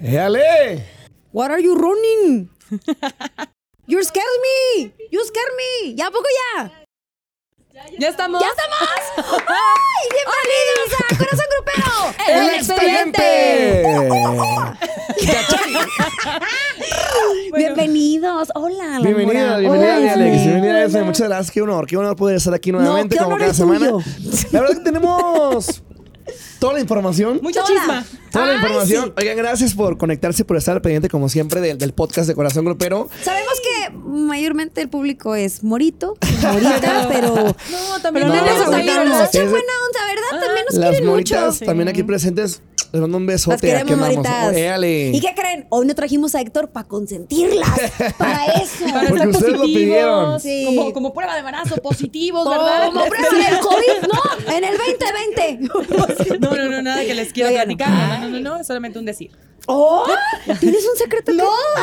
¡Éale! What are you running? You scared me. You scared me. ¿Ya a poco ya? Ya estamos. ¡Ya estamos! ¡Ay! ¡Bienvenidos a Corazón Grupero! ¡El Bienvenidos. Hola, Laura. Bienvenida, bienvenida, Hola, mi Alex. Esme. Bienvenida, Esme. Muchas gracias. Qué honor, qué honor poder estar aquí nuevamente qué como honor cada es semana. tuyo. La verdad que tenemos toda la información. Mucha Toda. chisma. Toda la Ay, información. sí. Oigan, gracias por conectarse, por estar pendiente, como siempre, del, del podcast de Corazón Grupero. Sabemos que mayormente el público es morito, morita, pero. No, también Pero no tenemos nos ahí gustaron unos- las- mucha Es- buena onda, ¿verdad? También Ah. nos Las quieren mucho. moritas también aquí presentes. Les mando un Las besote. Aquí queremos, andamos. Oh, moritas. Éale. ¿Y qué creen? Hoy no trajimos a Héctor para consentirlas. Para eso. Para Porque estar ustedes lo positivos. pidieron. Sí. Como, como prueba de embarazo, positivos, ¿verdad? Como prueba del COVID, no, en el 2020. No, no, no, nada que les quiero Oigan. platicar. No, no, no, no, es solamente un decir. ¡Oh! ¿Tienes un secreto?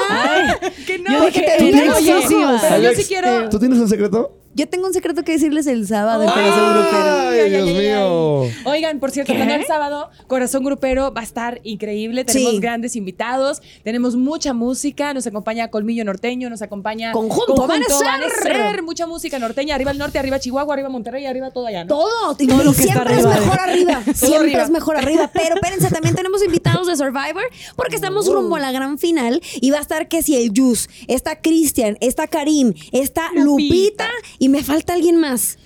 Ah, No. que no, Yo dije, que- tú tienes Oye, ojos. pero yo Alex, sí quiero. ¿Tú tienes un secreto? yo tengo un secreto que decirles el sábado. Ay, pero seguro que- Ay, Dios mío. Oigan, por cierto, también el sábado, Corazón Grupero va a estar increíble. Tenemos Sí. grandes invitados, tenemos mucha música. Nos acompaña Colmillo Norteño, nos acompaña Conjunto Amanecer. Amanecer, Mucha música norteña, arriba el norte, arriba Chihuahua, arriba Monterrey, arriba todo allá. ¿no? Todo, y Todo lo que siempre está es arriba. mejor arriba, Todo siempre arriba. es mejor arriba, pero espérense, también tenemos invitados de Survivor porque estamos Uh. rumbo a la gran final y va a estar que si el Jus, está Cristian, está Karim, está Lupita. Lupita. y me falta alguien más.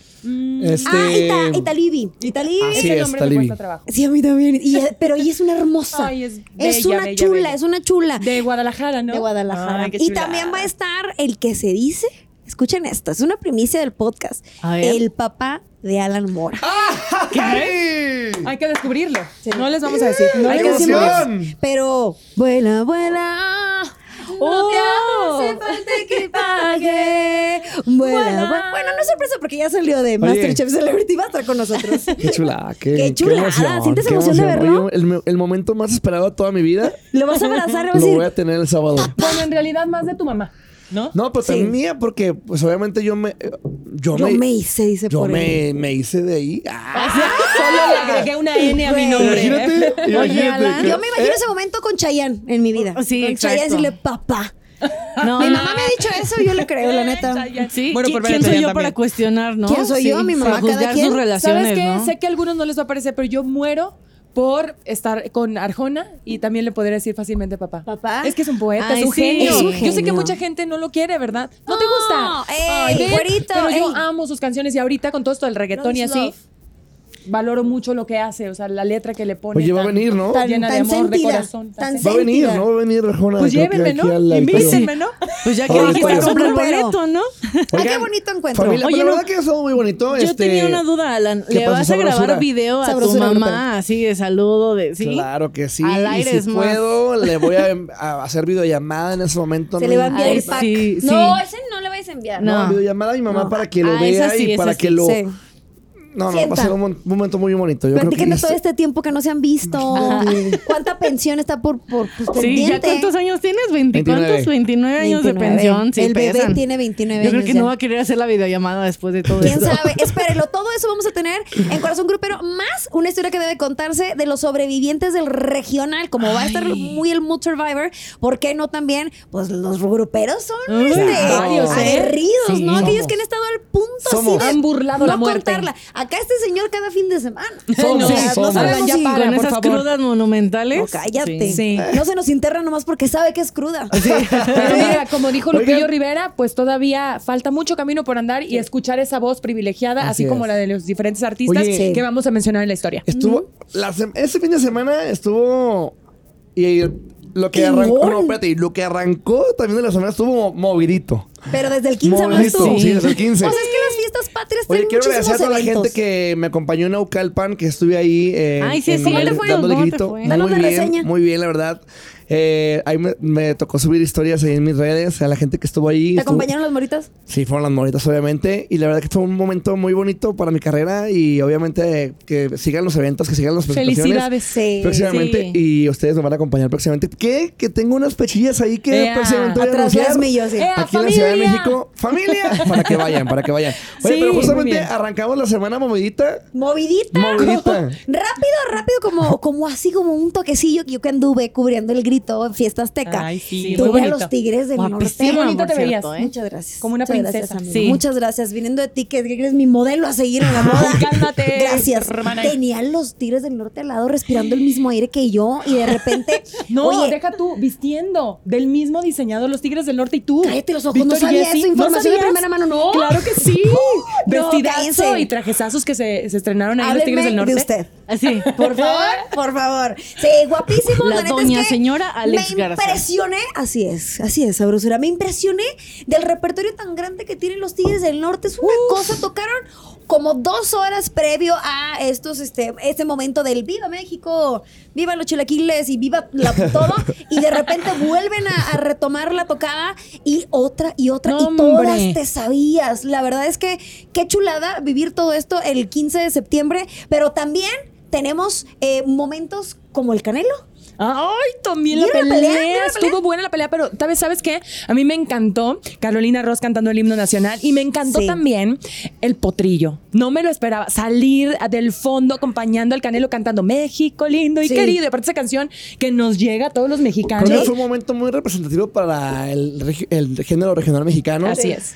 Este... Ah, Ita, Italibi, Italibi. Así Ese es, nombre me Talibi. cuesta trabajo. Sí, a mí también. Y, eh, pero ella es una hermosa. Ay, es bella, una bella, chula, bella. es una chula. De Guadalajara, pues, ¿no? de Guadalajara. Ay, qué y chulada. también va a estar el que se dice, escuchen esto, es una primicia del podcast, A ver. el papá de Alan Mora. ¡Ay! Hay que descubrirlo. No les vamos a decir. No les Hay que vamos a descubrirlo. emoción! Pero, vuela, vuela. No Oh. te hace falta que pague. Vuela, Vuela. vuela. Bueno, no es sorpresa porque ya salió de Oye. Masterchef Celebrity. Va a estar con nosotros. Qué chulada, qué, Qué chulada. ¿Sientes emoción de verlo? Oye, el, el momento más esperado de toda mi vida Lo vas a abrazar, le vas a lo voy decir. a tener el sábado. Bueno, en realidad más de tu mamá, ¿no? No, pues Sí. también mía, porque pues obviamente yo me... Yo, Yo me, me hice, dice yo por me, él. me hice de ahí. Ah, Solo le agregué una N a mi Güey. nombre. imagínate, Oye, Alan, que- Yo me imagino ¿eh? ese momento con Chayanne en mi vida. Sí, con exacto. Chayanne decirle papá. No, Mi no. mamá me ha dicho eso, yo le creo, la neta. Sí, Bueno, ¿qui- por ¿quién Valentía soy yo también. para cuestionar, no? ¿Quién soy Sí, yo? Mi mamá, Para cada juzgar quien. sus relaciones, ¿Sabes qué? ¿no? Sé que a algunos no les va a parecer, pero yo muero por estar con Arjona y también le podría decir fácilmente papá. Papá. Es que es un poeta, Ay, es un sí. genio. Es un Yo sé que genio. mucha gente no lo quiere, ¿verdad? No, te No, gusta. ey, ve, güerito, eh. pero yo ey. amo sus canciones y ahorita con todo esto del reggaetón y Love is así, love. valoro mucho lo que hace, o sea, la letra que le pone. Oye, va a tan- venir, ¿no? tan- Llena de tan amor, de sentida, corazón. tan sen- Va a venir, sentida. ¿no? Va a venir Arjona. Pues creo que llévenme, aquí ¿no? al- al- Invítenme, ¿no? Pues ya que Ahorita dijiste yo- comprar Pero- boleto, ¿no? Ay, qué Oigan, bonito encuentro. Familia, Oye, pero la no. verdad que estuvo muy pues, bonito. Yo este, tenía una duda, Alan. ¿qué ¿Le pasó, vas a grabar sabrosura? video a tu Sabrosura, mamá? Así de saludo, de sí. Claro que sí. Al y aire si es más. puedo, le voy a, a hacer videollamada en ese momento. Se no le va a importa. enviar el Ay, pack. sí, sí. No, ese no le vais a enviar. No. No, videollamada a mi mamá No. para que lo Ah, vea esa sí, y esa para sí. que lo... Sí. No, no, va Sienta. a ser un, mon- un momento muy bonito. Yo creo que Platíquenos este- todo este tiempo que no se han visto. ¿Cuánta pensión está por, por pues, Sí, ¿ya pendiente? cuántos años tienes? ¿20 29. cuántos? 29 29. años de pensión. Sí, El bebé pesan. tiene 29 Yo creo años que ya. no va a querer hacer la videollamada después de todo ¿Quién esto. sabe? Espérenlo, todo eso vamos a tener en Corazón Grupero, más una historia que debe contarse de los sobrevivientes del regional, como va a estar Ay. muy el Mood Survivor, ¿por qué no también? Pues los gruperos son Uy, este, varios, ¿eh? aguerridos, Sí. ¿no? Aquellos Somos. que han estado al punto Somos. así de Han burlado no la muerte. contarla. Acá este señor cada fin de semana. Somos, O sea, somos. No sabemos Ya si- para, Con por esas favor. crudas monumentales. No, cállate. Sí. No se nos interna nomás porque sabe que es cruda. Pero mira, como dijo Oigan. Lupillo Rivera, pues todavía falta mucho camino por andar y escuchar esa voz privilegiada, así, Así es. como la de los diferentes artistas Oye. que vamos a mencionar en la historia. Estuvo. Mm. la sem- este fin de semana estuvo. Y lo que ¡Chingón! arrancó. No, espérate. y Lo que arrancó también de la semana estuvo mo- movidito. Pero desde el 15 hablas movidito. tú. Sí, desde el 15. O sea, es que las fiestas patrias Oye, tienen quiero muchísimos agradecer a toda la eventos. gente que me acompañó en Naucalpan, que estuve ahí eh, Ay, sí, en- sí. ¿Cómo te fue? dándole ¿Cómo te grito. fue? Danos Muy la reseña. bien, muy bien, la verdad. Eh, ahí me, me tocó subir historias ahí en mis redes a la gente que estuvo ahí. ¿Te Estuvo- acompañaron las moritas? Sí, fueron las moritas, obviamente. Y la verdad que fue un momento muy bonito para mi carrera. Y obviamente eh, que sigan los eventos, que sigan las presentaciones. Felicidades. Sí. Próximamente. sí. Y ustedes nos van a acompañar próximamente. ¿Qué? Que tengo unas pechillas ahí que Ea. próximamente voy a Atrás anunciar. las millas. sí. Eh, Aquí en la Ciudad de ¡Familia! México. ¡Familia! Para que vayan, para que vayan. Oye, Sí, pero muy justamente bien. arrancamos la semana movidita. Movidita. Movidita. rápido, rápido, como, como así, como un toquecillo que yo que anduve cubriendo el y todo, fiesta azteca. Ay, sí, muy Tuve a bonito. los Tigres del Guapísima, Norte. Qué bonito por te veías. cierto, ¿eh? Muchas gracias. Como una Muchas gracias, princesa. amigo. Sí. Muchas gracias. Viniendo de ti, que eres mi modelo a seguir en la moda. Cálmate, Gracias. hermana. Tenían los tigres del norte al lado respirando el mismo aire que yo y de repente. No, oye, deja tú, vistiendo del mismo diseñador Los Tigres del Norte y tú. Cállate los ojos, no Víctor sabía y Jessy, eso, información de sabías? primera mano, no. Claro que sí. No, Vestidazo cállense. y trajezazos que se, se estrenaron ahí en Los háblenme Tigres del Norte. de usted. Así. Por favor, por favor. Sí, guapísimo. La neta doña es que señora Alex Me Garza. impresioné, así es, así es, sabrosura. Me impresioné del repertorio tan grande que tienen los Tigres del Norte. Es una cosa, tocaron como dos horas previo a estos, este, este momento del Viva México, Viva los chilaquiles y Viva la- todo. y de repente vuelven a, a retomar la tocada y otra y otra. No, y todas hombre. te sabías. La verdad es que qué chulada vivir todo esto el 15 de septiembre, pero también tenemos eh, momentos como el Canelo. Ay, también la pelea. ¿Vieron la pelea? ¿Vieron la pelea? Estuvo buena la pelea, pero ¿sabes, ¿sabes qué? A mí me encantó Carolina Ross cantando el himno nacional y me encantó Sí. también el potrillo. No me lo esperaba. Salir del fondo acompañando al Canelo cantando México lindo y Sí. querido. Y aparte esa canción que nos llega a todos los mexicanos. Creo que fue un momento muy representativo para el, regi- el género regional mexicano. Así es.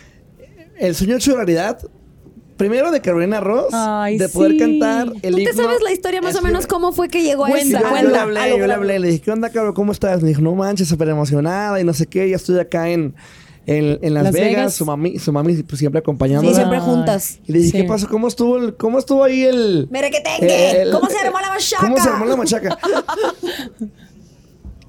El sueño hecho realidad, primero de Carolina Ross, Ay, de poder sí. cantar el ¿Tú te himno. sabes la historia más o Así- menos cómo fue que llegó a Sí, yo, esa? yo le Cuenta. hablé, yo le hablé, le dije, ¿qué onda, cabrón? ¿Cómo estás? Me dijo, no manches, súper emocionada y no sé qué, ya estoy acá en, en, en Las, Las Vegas. Vegas. su mami, su mami pues, siempre Sí, acompañándola. siempre Ay. juntas. Y le dije, Sí. ¿qué pasó? ¿Cómo estuvo, el, cómo estuvo ahí el... Mira que eh, el- tengue. ¿Cómo se armó la machaca? ¿Cómo se armó la machaca?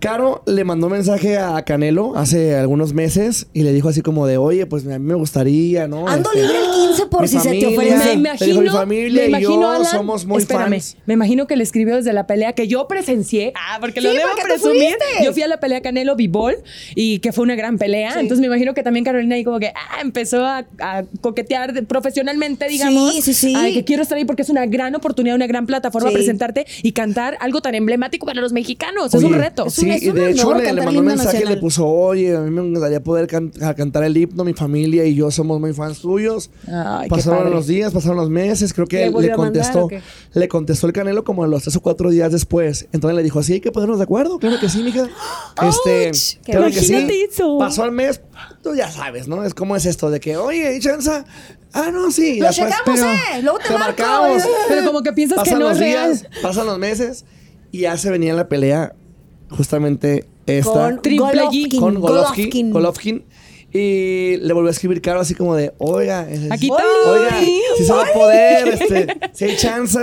Caro le mandó un mensaje a Canelo hace algunos meses y le dijo así como de, oye, pues a mí me gustaría, ¿no? Ando Este, libre el 15 por mi si se te familia, Me Te dijo, ofrece. imagino, "Mi familia me y imagino, yo Alan, somos muy espérame, fans". Me imagino que le escribió desde la pelea que yo presencié. Ah, porque lo Sí, debo porque tú presumir. fuiste. Yo fui a la pelea Canelo Bibol y que fue una gran pelea. Entonces me imagino que también Carolina ahí como que ah, empezó a, a coquetear de- profesionalmente, digamos. Sí, sí, sí. Ay, que quiero estar ahí porque es una gran oportunidad, una gran plataforma Sí. presentarte y cantar algo tan emblemático para los mexicanos. es Oye, un reto. Es un- Sí, es y un de hecho honor le, le cantar mandó un el himno mensaje y le nacional. puso, oye, a mí me gustaría poder can- a cantar el himno, mi familia y yo somos muy fans tuyos. Ay, qué pasaron padre. los días, pasaron los meses, creo ¿Le que le, volvió a mandar contestó, o qué? le contestó el Canelo como a los tres o cuatro días después. Entonces le dijo, sí, hay que ponernos de acuerdo, claro que sí, mija. Este, ¡Auch! Qué claro bueno. que sí. Imagínate eso. Pasó el mes, tú ya sabes, ¿no? Es como es esto de que, oye, ¿y chanza? Ah, no, sí. Lo las pas- checamos, pero- ¿eh? Luego te marco. marcamos. Pero como que piensas que Pasan no los es real. días, pasan los meses y ya se venía la pelea justamente esta Con Triple G. con Golovkin, Golovkin. Golovkin. y le volvió a escribir Caro así como de, oiga, es- es- Aquí está. oiga, Oli. si se va a poder, este, si hay chance.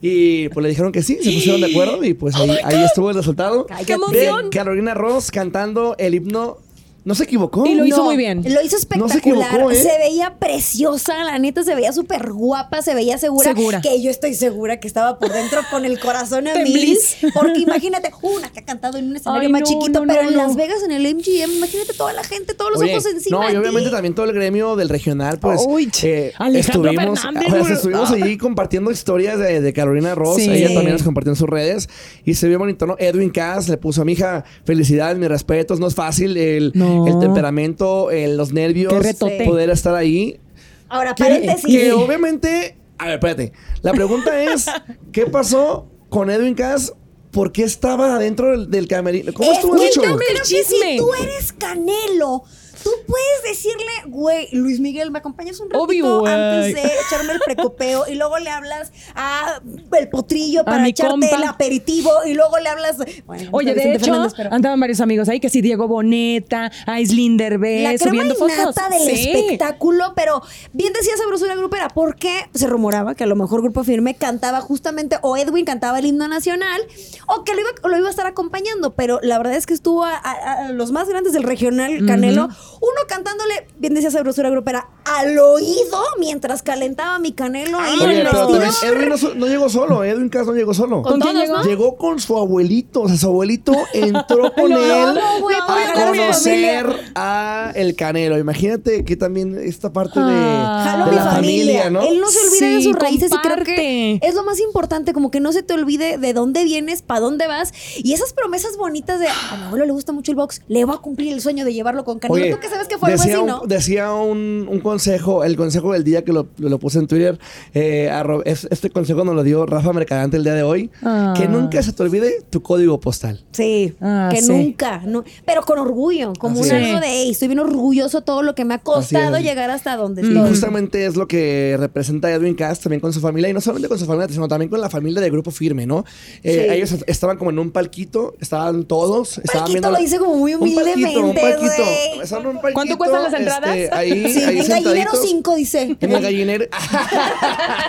Y pues le dijeron que sí, se pusieron de acuerdo y pues Oh ahí, ahí estuvo el resultado. Cállate. De emoción! Carolina Ross cantando el himno, no se equivocó. Y lo hizo No, muy bien. Lo hizo espectacular. No se equivocó, ¿eh? Se veía preciosa, la neta, se veía súper guapa, se veía segura. Segura. Que yo estoy segura que estaba por dentro con el corazón a mil. Temblis. Porque imagínate, una que ha cantado en un escenario Ay, más no, chiquito, no, pero no, en no. Las Vegas, en el MGM, imagínate toda la gente, todos los Oye, ojos encima. No, y de ti. obviamente también todo el gremio del regional, pues. Uy, eh, Alejandro estuvimos, Fernández, o sea, güey. estuvimos allí compartiendo historias de, de Carolina Ross. Sí. Ella también las compartió en sus redes. Y se vio bonito, ¿no? Edwin Cass le puso a mi hija felicidades, mis respetos. No es fácil el, No. el temperamento, el- los nervios, Qué retote. poder estar ahí. Ahora, Que, paréntesis. que obviamente. A ver, espérate. La pregunta es: ¿qué pasó con Edwin Cass? ¿Por qué estaba adentro del, del camerino? ¿Cómo estuvo que el show? yo Cuéntame el creo que chisme. Si tú eres Canelo, tú puedes decirle, güey, Luis Miguel, ¿me acompañas un ratito Obvio, güey. antes de echarme el precopeo? Y luego le hablas a el potrillo para mi echarte compa. el aperitivo. Y luego le hablas. Bueno, no Oye, está de Vicente hecho, Fernández, pero- andaban varios amigos ahí, que sí, Diego Boneta, Aislinn la Derbez, crema subiendo fotos. innata del Sí. espectáculo, pero bien decía Sabrosura Grupera, porque se rumoraba que a lo mejor Grupo Firme cantaba justamente, o Edwin cantaba el himno nacional, o que lo iba, lo iba a estar acompañando, pero la verdad es que estuvo a, a- a los más grandes del regional, Canelo, uno cantándole, bien decía Sabrosura Grupera, al oído mientras calentaba mi Canelo ahí en Oye, el pero también vestidor. Edwin no, so- no llegó solo, Edwin Cass no llegó solo. ¿Con quién todos, llegó? ¿no? Llegó con su abuelito, o sea, su abuelito entró con Lo él amo, güey, a para la conocer familia. a el Canelo. Imagínate que también esta parte de, Ah. Jalo de mi la familia, familia. ¿no? Él no se olvida de Sí, sus raíces y creo que comparte. es lo más importante, como que no se te olvide de dónde vienes, para dónde vas. Y esas promesas bonitas de a mi abuelo le gusta mucho el box, le voy a cumplir el sueño de llevarlo con Canelo. Oye, ¿Tú que sabes que fue algo decía así, un, ¿no? Decía un, un consejo, el consejo del día que lo, lo puse en Twitter. eh, arro- es- este consejo nos lo dio Rafa Mercadante el día de hoy. Ah. Que nunca se te olvide tu código postal. Sí, Ah, que sí. nunca, no- pero con orgullo, como Así un es. algo de, "Ey, estoy bien orgulloso de todo lo que me ha costado es. llegar hasta donde Y estoy. justamente es lo que representa a Edwin Cass también con su familia, y no solamente con su familia, sino también con la familia de Grupo Firme, ¿no? Eh, Sí. Ellos est- estaban como en un palquito, estaban todos. estaban palquito lo dice como muy Un palquito, Un humildemente, palquito, güey. estaban en un palquito, ¿Cuánto cuestan las entradas? este, ahí, Sí, ahí el gallinero sentaditos. 5 dice. En el gallinero.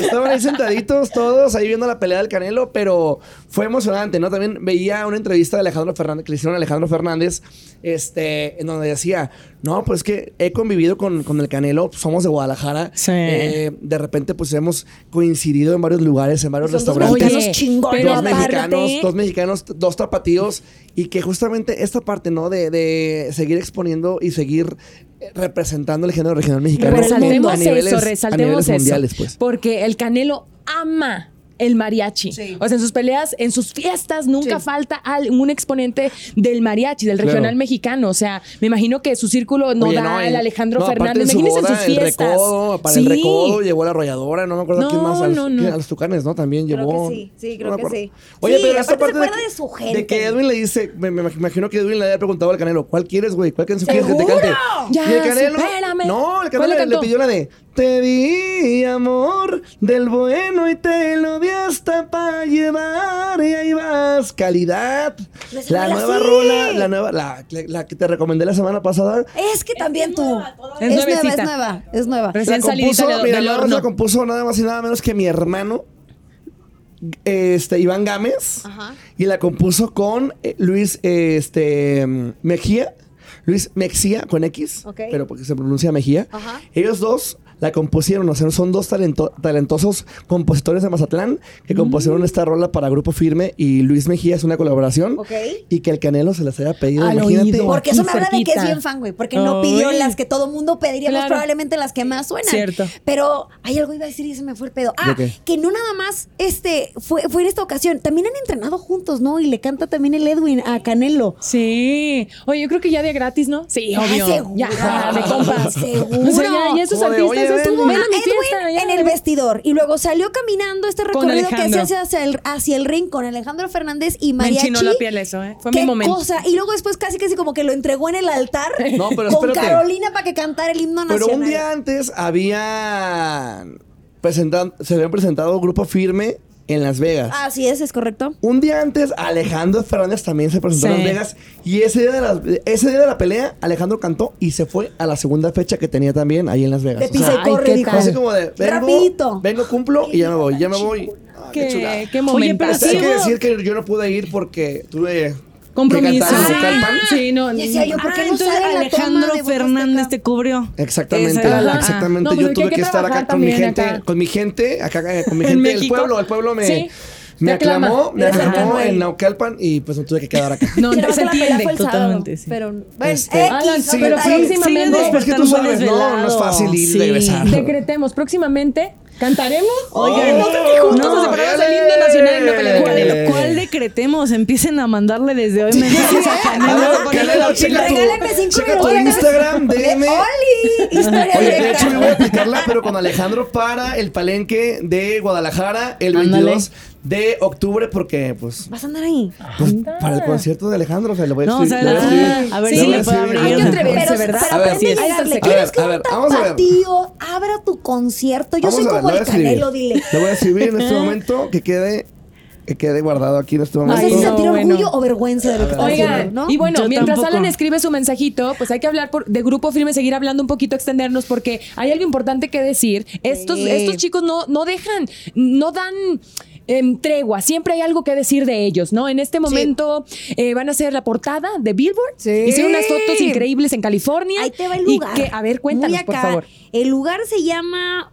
Estaban ahí sentaditos todos, ahí viendo la pelea del Canelo, pero fue emocionante, ¿no? También veía una entrevista de Alejandro Fernández, que le hicieron a Alejandro Fernández, este, en donde decía, no, pues es que he convivido con, con el Canelo, pues, somos de Guadalajara. Sí. Eh, de repente, pues hemos coincidido en varios lugares, en varios Pues Son dos restaurantes mexicanos chingones, pero dos aparte. mexicanos, dos mexicanos, t- dos tapatíos y que justamente esta parte, ¿no? De, de seguir exponiendo y seguir eh, representando el género regional mexicano Resaltemos a niveles, eso, a resaltemos niveles eso. mundiales, pues. Porque el Canelo ama el mariachi. Sí. O sea, en sus peleas, en sus fiestas, nunca Sí. falta al- un exponente del mariachi, del Claro. regional mexicano. O sea, me imagino que su círculo Oye, nodal, no, en- Alejandro no, aparte Fernández, en su imagínense en boda, sus fiestas. El recodo, para Sí. el recodo llevó la arrolladora, no me acuerdo No, quién más. A los, no, no. quién, a los tucanes, ¿no? También Creo llevó. que sí, sí, creo me que acuerdo. sí. Oye, Sí, pero esta aparte parte se de, acuerda de su que- gente. que Edwin le dice, me, me imagino que Edwin le había preguntado al Canelo, ¿cuál quieres, güey? ¿Cuál canción quieres que te ¡Seguro! cante? Ya, y el Canelo, supérame. no, el ¿Cuál Canelo le le, le cantó? pidió la de Te di amor del bueno y te lo di hasta para llevar y ahí vas, calidad. No, esa La me la nueva sé. rola, la nueva, la, la- la que te recomendé la semana pasada, Es que también tú. Es Es nueva, es nuevecita. nueva, es nueva. Recién la compuso, salidita de- mira, del nada más horno. la compuso nada más y nada menos que mi hermano, este, Iván Gámez. Ajá. Y la compuso con eh, Luis eh, este, mm, Mejía. Luis Mexía con X, Ok. pero porque se pronuncia Mejía. Ajá. Ellos dos la compusieron, o sea, son dos talento- talentosos compositores de Mazatlán que Mm. compusieron esta rola para Grupo Firme y Luis Mejía es una colaboración. Ok. Y que el Canelo se las haya pedido, Al imagínate. oído. Porque eso Aquí me habla de que es cerquita. bien fan, güey. Porque no pidió Ay. las que todo mundo pediría, más Claro. probablemente las que más suenan. Cierto. Pero hay algo iba a decir y se me fue el pedo. ¿De Ah, qué? que no nada más este fue, fue en esta ocasión. También han entrenado juntos, ¿no? Y le canta también el Edwin a Canelo. Sí. Oye, yo creo que ya de gratis, ¿no? Sí, Ah, obvio. seguro. Ya, de compas. Seguro. O sea, ya, ya esos Como de, artistas oye, estuvo ven, a ven a mi Ah, Edwin fiesta, ya. en el vestidor y luego salió caminando este recorrido que se Alejandro. hace hacia el, hacia el ring con Alejandro Fernández y Me Mariachi. enchinó la piel eso, ¿eh? Fue mi Qué momento. cosa. Y luego después casi casi como que lo entregó en el altar No, pero con espérate. Carolina para que cantara el himno Pero nacional. un día antes había presentan- se habían presentado Grupo Firme en Las Vegas. Así es, es correcto. Un día antes, Alejandro Fernández también se presentó en Sí. Las Vegas. Y ese día, de la, ese día de la pelea, Alejandro cantó y se fue a la segunda fecha que tenía también ahí en Las Vegas. De O pisa sea, y ay, corre, qué dijo. tal. así como de, vengo, Rapidito. vengo, cumplo y ya me voy, ya me voy. Ah, qué, chulada. Qué, qué Oye, momento. pero Hasta Hay sí que hubo- decir que yo no pude ir porque tuve Compromiso. que cantar en Ah, Naucalpan. sí, no. Y decía yo, ¿por qué no Ah, entonces sale la Alejandro toma de Voz Fernández Azteca? te cubrió. Exactamente, Esa Ah. era la- exactamente. No, pues yo aquí tuve hay que, que estar acá trabajar con mi también gente, acá. con mi gente, acá eh, con mi En gente del México. pueblo, el pueblo me, Sí. me Te aclama. aclamó, me Eres aclamó aclamado en ahí. Naucalpan y pues me tuve que quedar acá. No, Sí, la se verdad, la pelea entiende. fue el sábado, totalmente, sí. Pero, bueno, Este, X, Alan, no sí, me pero tardo. próximamente- No, Sigues pues, es que despertando tú muy sabes, no, no es desvelado. fácil ir y regresar. Decretemos próximamente. ¿Cantaremos? Oigan, Oh, no, nos separamos del himno órale. nacional y una pelea de Eh. ¿Cuál, cuál decretemos? Empiecen a mandarle desde hoy mensajes a A Ah, Canelo. ver, Canelo, checa tu, Regálame cinco checa tu minutos. Instagram, DM. ¡Oli! Historia Oye, de directa. hecho, yo voy a aplicarla, pero con Alejandro para el palenque de Guadalajara el 22 de octubre, porque, pues, Vas a andar ahí. pues, para el concierto de Alejandro, o sea, le voy a No, o escribir- sea, le voy a escribir- la- a ver le voy si a le puedo escribir. abrir. Hay que atreverse, Pero, ¿verdad? pero A ver, aprende sí, a llegarle. sí. ¿Quieres que A ver, un vamos a ver. tapatío abra tu concierto? Yo Vamos soy a ver, como le voy a el escribir. canelo, dile. Le voy a escribir en este momento que quede, que quede guardado aquí en este No momento. sé si Ay, no, sentir bueno. orgullo o vergüenza de lo que estás Oigan, haciendo, ¿no? y bueno, Yo mientras tampoco. Alan escribe su mensajito, pues hay que hablar por- de grupo firme, seguir hablando un poquito, extendernos, porque hay algo importante que decir. Estos, Sí. estos chicos no, no dejan, no dan em, tregua, siempre hay algo que decir de ellos, ¿no? En este momento eh, van a hacer la portada de Billboard. Sí. Hicieron unas fotos increíbles en California. Ahí te va el Y lugar. que- a ver, Muy cuéntanos, por acá. favor. El lugar se llama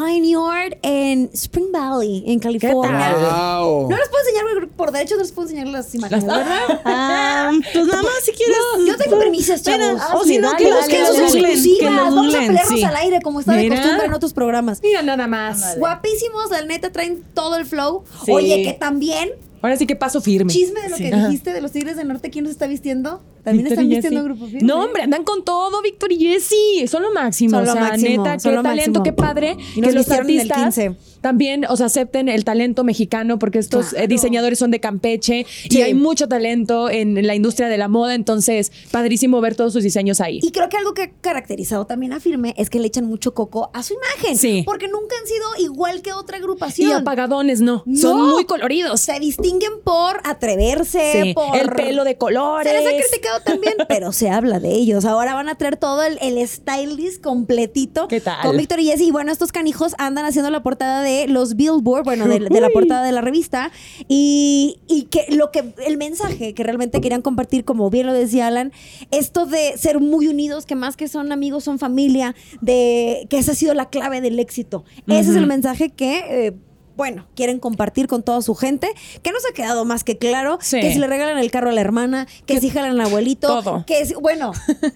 Vineyard en Spring Valley, en California. Wow. No les puedo enseñar, güey, por derecho no les puedo enseñar las imágenes, ¿verdad? Ah, pues nada más si quieres. Yo tengo permisos, chavos. pues, Bueno, Ah, o sí, si no, dale, que dale, busquen dale, sus dale. exclusivas. exclusivas. Que lo Vamos a googlen, pelearnos sí. al aire, como está de Mira. costumbre en otros programas. Mira nada más. Guapísimos, la neta, traen todo el flow. Sí. Oye, que también, Ahora sí que paso firme. chisme de lo que Ajá. dijiste de los Tigres del Norte, ¿quién nos está vistiendo? También Víctor están y vistiendo Jessy. grupo firme. No, hombre, andan con todo, Víctor y Jessy. Son lo máximo. Son lo o sea, máximo, neta, son qué lo talento, máximo. qué padre. Y nos que los vistieron en el artistas 15. también, o sea, acepten el talento mexicano, porque estos eh, Claro. diseñadores son de Campeche y Sí. hay mucho talento en la industria de la moda. Entonces, padrísimo ver todos sus diseños ahí. Y creo que algo que ha caracterizado también a Firme es que le echan mucho coco a su imagen. Sí. Porque nunca han sido igual que otra agrupación. Y apagadones, no. No. Son muy coloridos. Se distinguen por atreverse, Sí, por. El pelo de colores. Se les ha criticado también, pero se habla de ellos. Ahora van a traer todo el, el stylist completito. ¿Qué tal? Con Víctor y Jessy. Y bueno, estos canijos andan haciendo la portada de los Billboard, bueno, de, de la Uy. portada de la revista. Y, y que lo que, el mensaje que realmente querían compartir, como bien lo decía Alan, esto de ser muy unidos, que más que son amigos, son familia, de que esa ha sido la clave del éxito. Ese es el mensaje que. eh, bueno, quieren compartir con toda su gente, que nos ha quedado más que claro Sí. que si le regalan el carro a la hermana, que, si jalan al abuelito, Todo. que es, bueno,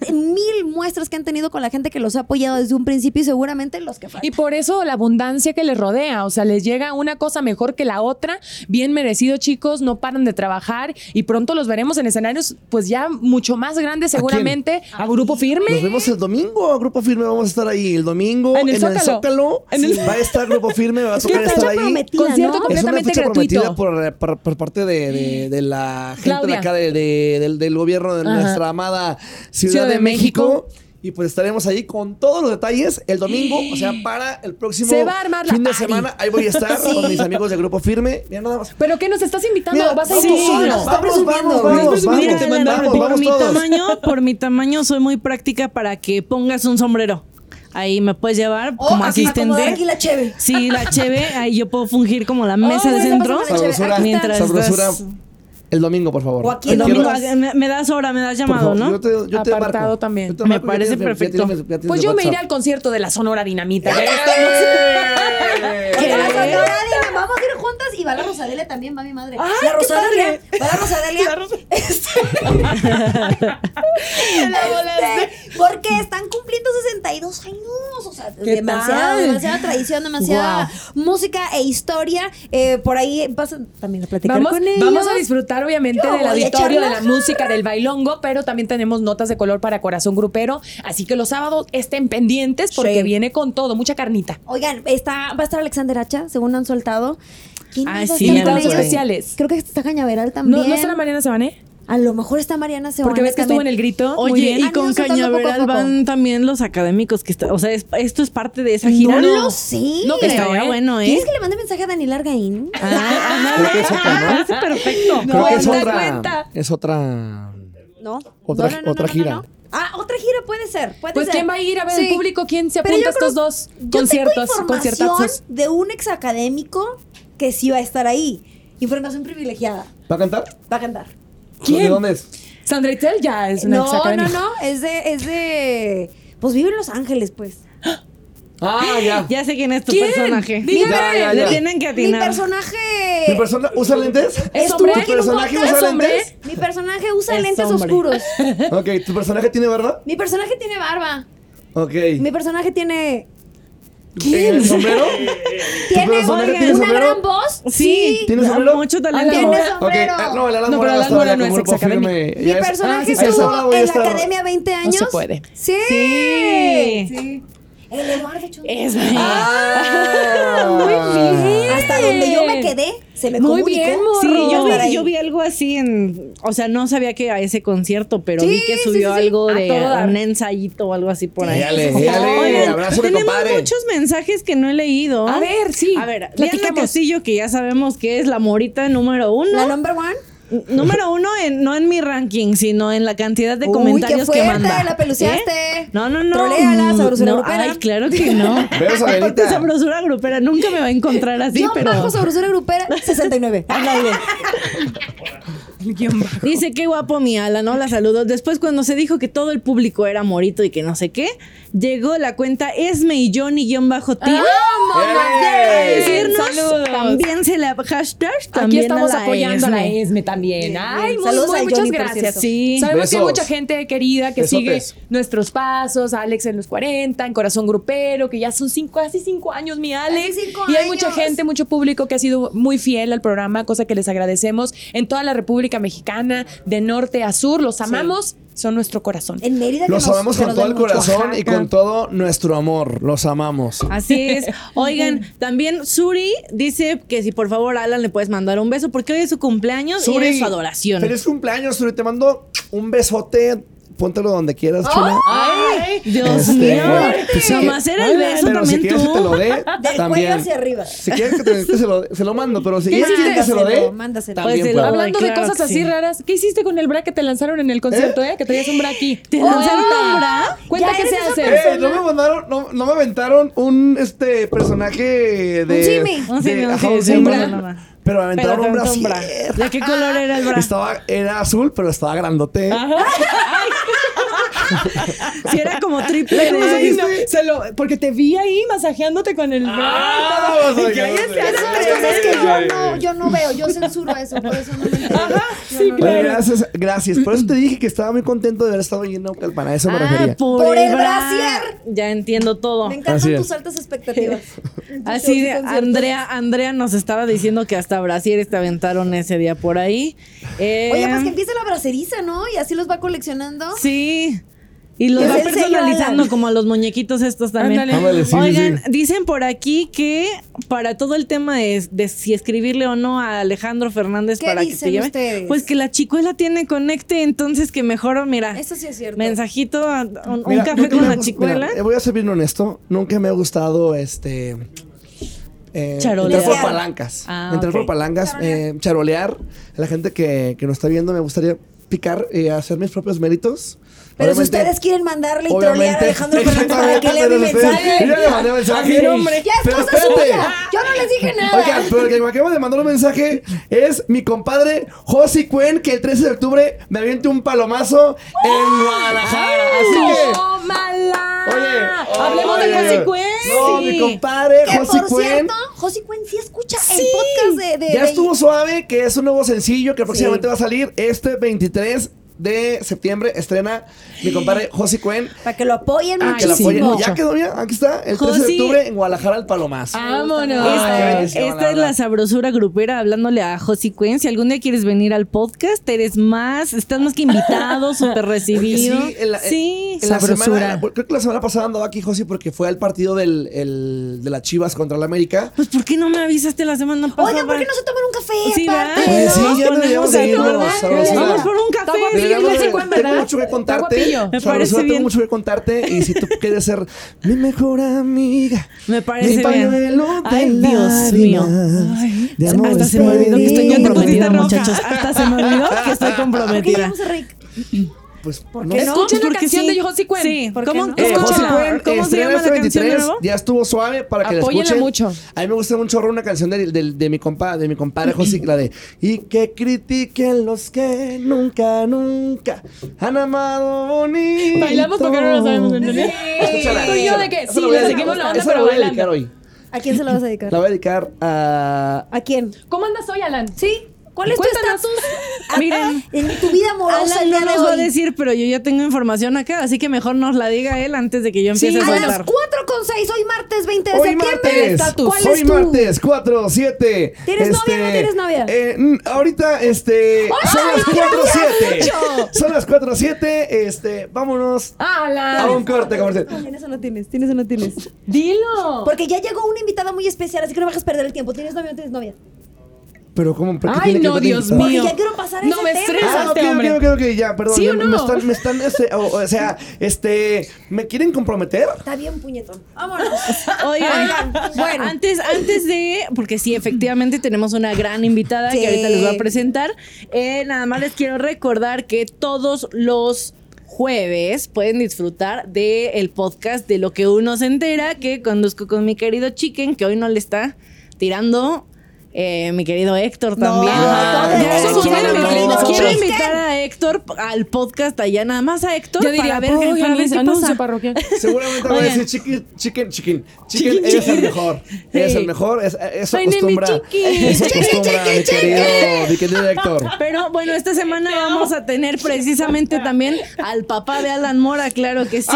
mil muestras que han tenido con la gente que los ha apoyado desde un principio y seguramente los que faltan. Y por eso la abundancia que les rodea, o sea, les llega una cosa mejor que la otra, bien merecido chicos, no paran de trabajar y pronto los veremos en escenarios pues ya mucho más grandes seguramente, a, grupo Nos firme. vemos el domingo, Grupo Firme, vamos a estar ahí. El domingo En el Zócalo. Zócalo, En el- va a estar Grupo Firme, va a tocar fecha estar ahí. prometida, ¿no? Concierto Es una completamente fecha gratuito. prometida por, por- por parte de, de- de la gente Claudia. de acá de- de- del, del gobierno de Ajá. nuestra amada Ciudad, Ciudad de, de México. Y pues estaremos ahí con todos los detalles el domingo, o sea, para el próximo Se va a armar la fin de party. semana. Ahí voy a estar Sí. con mis amigos de Grupo Firme. Mira, nada más. Pero qué nos estás invitando, Mira, vas a ir sí, tú sí, solo. nos vamos, presumiendo, vamos, güey. vamos, vamos, Mira, te la verdad, mandamos, por vamos mi todos. tamaño, por mi tamaño soy muy práctica para que pongas un sombrero. Ahí me puedes llevar Oh, como aquí, asistente. acomodar aquí la cheve. Sí, la cheve, ahí yo puedo fungir como la mesa Oh, del bueno, centro. pásame la cheve. Sabrosura, Aquí mientras sabrosura. estás- El domingo, por favor. O aquí El Quiero- domingo, Quiero- me, me das hora, me das por favor, llamado, ¿no? Yo te, yo te Apartado marco. también. Yo te Me marco, ya parece tienes mi- ya perfecto. tienes mi- ya tienes Pues mi yo me iré WhatsApp. al concierto de la Sonora Dinamita. Ya ¡Eh! Que la Sonora Dina, Vamos a ir juntas y va la Rosadelia también, va mi madre. Ay, la qué Rosadelia. padre. Va la Rosadelia. Este- Este, porque están cumpliendo 62 años. O sea, demasiada, tal? demasiada tradición, demasiada música e historia. Eh, por ahí vas a- también a platicar Vamos, con ellos. vamos a disfrutar obviamente Yo del voy a auditorio, de echar la la música, del bailongo, pero también tenemos notas de color para corazón grupero. Así que los sábados estén pendientes porque Sí. viene con todo, mucha carnita. Oigan, está, va a estar Alexander Hacha, según han soltado. ¿Quién Ah, más va a sí, estar invitados con ellos? especiales. Creo que está Cañaveral también. ¿No, ¿No será Mariana Sabané? A lo mejor está Mariana Sebane Porque ves que estuvo en el grito. Muy Oye, bien. Han y ido con soltando poco a Cañaveral poco. van también los académicos que está, o sea, es- esto es parte de esa gira. No lo sé. No creo, Estaría ¿eh? pues, bueno, ¿eh? ¿Quieres que le mande mensaje a Daniel Argaín? Ah, ándale. Creo que es otra, ¿no? Parece perfecto. Creo que es No, otra. te cuenta. Es otra. No. Otra- No, no, no, otra no, no, gira. no. Ah, otra gira puede ser. puede Pues ser. quién va a ir a ver el Sí. público, quién se Pero apunta yo a estos creo- dos yo conciertos, tengo información conciertazos. de un exacadémico que sí va a estar ahí. Información privilegiada. ¿Va a cantar? Va a cantar. ¿Quién? ¿De dónde es? Sandra Itzel ya es una No, no, exacademia. no. Es de, es de. Pues vive en Los Ángeles, pues. Ah, ya. Ya sé quién es tu ¿Quién? personaje. Dígame. Ya, ya, Le ya. tienen que Mi atinar. personaje. ¿Mi persona usa lentes? ¿Es Estuvo hombre? aquí en un ¿Tu personaje podcast. usa ¿Es hombre? lentes? Mi personaje usa Es lentes hombre. oscuros. Ok, ¿tu personaje tiene barba? Mi personaje tiene barba. Ok. Mi personaje tiene. ¿Tiene sombrero? Tiene personaje oigan, tiene una sombrero? gran voz. Sí, ¿Tienes da sombrero? mucho Alan talento. Tiene Mora. Ok, sombrero. ah, no, el Alan No, pero Mora Alan va a estar Mora allá no con es grupo exacadémico. firme. Mi Ya es- Ah, personaje sí, sí, a esa hora estuvo voy a en la estar. academia 20 años. puede. Sí. Sí. Sí. El Eduardo Chun. Es Ah, Muy bien. Hasta donde yo me quedé, se me Ah. Muy comunicó. bien, morro. Sí, yo Estar vi, ahí. yo vi algo así en. O sea, no sabía que a ese concierto, pero Sí, vi que sí, subió sí, sí. algo A de todo dar. un ensayito o algo así por ahí. Dale, Oigan, dale. Abrazo de tenemos compadre. muchos mensajes que no he leído. A ver, sí, A ver, Diana platicamos. Castillo, que ya sabemos que es la morita número uno. La number one. N- Número uno, en- no en mi ranking, sino en la cantidad de Uy, comentarios qué que fuerte, manda. ¿Eh? la peluceaste. No, no, no. Troléala, sabrosura No, grupera. Ay, claro que no. Besos, Adelita. Aparte, sabrosura grupera nunca me va a encontrar así, yo pero. Ah, bajo sabrosura grupera 69. Ándale. El guión bajo. Dice, qué guapo mi ala, ¿no? La saludo. Después, cuando se dijo que todo el público era morito y que no sé qué, llegó la cuenta Esme y Johnny-Team. ¡Eh! Decirnos, Ah, Saludos. también se la hashtag, Aquí también estamos a la apoyando a la Esme. ESME también. Ay, muy, Saludos muy, al muchas Johnny, por gracias. cierto. Sí. Sabemos que hay Besos. mucha gente querida que Besotes. sigue nuestros pasos, a Alex en los 40, en Corazón Grupero, que ya son cinco, casi cinco años, mi Alex. Casi cinco y hay años. mucha gente, mucho público que ha sido muy fiel al programa, cosa que les agradecemos en toda la República República Mexicana, de norte a sur. Los amamos, son nuestro corazón. En Mérida que Los nos- amamos que con nos todo el den mucho. corazón y Oaxaca. con todo nuestro amor. Los amamos. Así es. Oigan, también Suri dice que si por favor Alan le puedes mandar un beso porque hoy es su cumpleaños y eres su adoración. Feliz cumpleaños, Suri. Te mando un besote. Póntelo donde quieras, chula. Ay, Dios Este, mío. pues sí. Nomás era el beso Pero si también quieres que te lo tú. dé, Del cuello también. hacia arriba. Si quieres que te, que se, lo, se lo mando, pero si quieres hiciste? que se lo dé, Mándaselo, mándaselo. también Pues se lo- puedo. Ay, Hablando de claro cosas que así sí. raras, ¿qué hiciste con el bra que te lanzaron en el concierto, eh? Que traías un bra aquí. ¿Te lanzaron Cuenta. un bra? Cuenta Ya qué se eres hace. esa Eh, no me mandaron, no, no me aventaron un este personaje de. Un simi. Un de- simi, un ajá, simi, un sí, simi, un bra. no, no, no. Pero me aventaron Pero un con sombra. brasier. ¿De qué color era el Ah. bra? Estaba, era azul, pero estaba grandote. Si era como triple Ay, D. no, se lo- porque te vi ahí masajeándote con el bra. Ah, vamos, Y que oiga, ella se hace Esas son las cosas que yo no, yo no veo, yo censuro eso, por eso no me entero. Yo sí, Oye, no- claro. gracias, gracias. Por eso te dije que estaba muy contento de haber estado allí en Naucalpan. A eso me refería. Ah, Por el bra. brasier. Ah, Ya entiendo todo. Me encantan Así es. tus altas expectativas. Así de Tus conciertos. Andrea, Andrea nos estaba diciendo que hasta brasieres te aventaron ese día por ahí. Eh, Oye, pues que empiece la braceriza, ¿no? Y así los va coleccionando. Sí. Y los Que va es el sello, personalizando Alan. como a los muñequitos estos también. Ándale. Ándale, sí, sí, Oigan, sí. dicen por aquí que para todo el tema es de si escribirle o no a Alejandro Fernández ¿Qué para que dicen te lleve. ustedes? Pues que la chicuela tiene conecte, entonces que mejor, mira, Eso sí es cierto. mensajito, a- un, un Mira, café nunca con me ha la gust- chicuela. mira, eh, voy a ser bien honesto. Nunca me ha gustado este. eh, Charolear. Entrar por palancas. Ah, entrar ok. por palancas, eh, charolear. A la gente que, que nos está viendo, me gustaría picar y hacer mis propios méritos. Pero si Obviamente- ustedes quieren mandarle y trolear a obviamente- Alejandro Fernández para que le Exactamente, dé mi pero ustedes- mensaje. Yo ya le mandé mensaje. hombre. Ya es Pero cosa espérate. suya. Yo no les dije nada. Oigan, pero el que me acaba de mandar un mensaje es mi compadre Josi Cuen, que el 13 de octubre me aviente un palomazo en Guadalajara. Así que. ¡Tómala! Oye, hablemos oye, de consecuencias. No, mi compadre, que José por Cuen. cierto, José Cuen sí escucha Sí. el podcast de... de- Ya de- estuvo suave, que es un nuevo sencillo que próximamente va a salir este 23 de septiembre. Estrena mi compadre José Cuen. Para que lo apoyen Ah, que la sí, apoyen. muchísimo. Ya quedó, mira, aquí está, el 13 Josi. de octubre en Guadalajara, el Palomazo. ¡Vámonos! Ay, qué Esta, bendición, esta la verdad. es la sabrosura grupera hablándole a Josy Cuen. Si algún día quieres venir al podcast, eres más, estás más que invitado, súper recibido. Sí, en la, sí. en la Sabrosura. semana, eh, creo que la semana pasada andaba aquí Josi porque fue al partido del, el- de las Chivas contra la América. Pues ¿por qué no me avisaste la semana pasada? Oigan, ¿por qué no se toman un café Sí, aparte? ¿verdad? no? Pues Sí, ya Ponemos deberíamos de ahí, irnos, ¿verdad? sabrosura. Vamos por un café. Está sí, guapillo, Deberíamos el de- Juan, tengo ¿verdad? mucho que Está contarte. guapillo. Me Sabrosura, parece bien. Tengo mucho que contarte. Y si tú quieres ser mi mejor amiga, Me parece mi bien. pañuelo de Ay, Dios mío. lágrimas, de amor Hasta se me olvidó que estoy perdido. Ya te pusiste comprometida, roja. muchachos. Hasta se me olvidó que estoy ¿Por qué comprometida. llamamos a Rick? Pues, ¿Por no qué sé. no? Escuchen la porque canción sí. de Josie Cuen. Sí, ¿por qué ¿Cómo, no? cómo Eh, Escúchala. José se llama? Cuen, ¿Cómo estrena se llama este la canción de 23, nuevo? Ya estuvo suave para que Apóyenla la escuchen. mucho. A mí me gusta mucho una canción del, del- de mi compa, de mi compadre José, la de Y que critiquen los que nunca, nunca han amado bonito. Bailamos porque ahora no lo sabemos entender. Escúchala. Tú y yo de que Esa sí, la voy a le dedicar- seguimos la onda, esa pero la voy a dedicar bailando. hoy. ¿A quién se lo vas a dedicar? La voy a dedicar a... ¿A quién? ¿Cómo andas hoy, Alan? ¿Sí? ¿Cuál es tu Cuéntanos. estatus? Miren. En tu vida amorosa Alan el no día de nos va a hoy. decir, pero yo ya tengo información acá, así que mejor nos la diga él antes de que yo Sí, empiece a A las soltar. 4 con 6, hoy martes 20 de Hoy septiembre. martes, estatus. ¿Cuál hoy es tu? martes 4, 7. ¿Tienes novia o no tienes novia? eh, mm, ahorita, este. Son las 4, 7. Son las 4, 7. Este, vámonos a Ah, un Alan, corte comercial. ¿Tienes o no tienes? ¿Tienes o no tienes? dilo. Porque ya llegó una invitada muy especial, así que no me dejas perder el tiempo. ¿Tienes novia o no tienes novia? Pero, ¿cómo? ¿Por qué Ay, tiene que no, ver Dios esto? Porque mío. ya quiero pasar a No ese me tema. estreses. Ah, ok, Este hombre. ok, ok, ok, ya, perdón. ¿Sí o me- no? Me están, me están, este, o, o sea, este, ¿me quieren comprometer? Está bien, puñetón. Vámonos. Oigan, bueno, antes, antes de, porque sí, efectivamente tenemos una gran invitada Sí. que ahorita les voy a presentar. Eh, nada más les quiero recordar que todos los jueves pueden disfrutar del podcast de lo que uno se entera, que conduzco con mi querido Chicken, que hoy no le está tirando. eh, mi querido Héctor también. no, Ya no, somos no, no, memes, Quiero no, quiero no. invitar a Héctor al podcast allá, nada más a Héctor. Yo para diría, ver, voy, para ver qué anuncio pasa. parroquial. Seguramente van a Oigan. decir chicken, chicken, chicken. Chicken, es el mejor. Es Sí. el mejor. Es, eso My name is acostumbra. Chicken. Eso Chicken, acostumbra, chicken, mi querido, mi querido director. Pero bueno, esta semana vamos a tener precisamente también al papá de Alan Mora, claro que sí.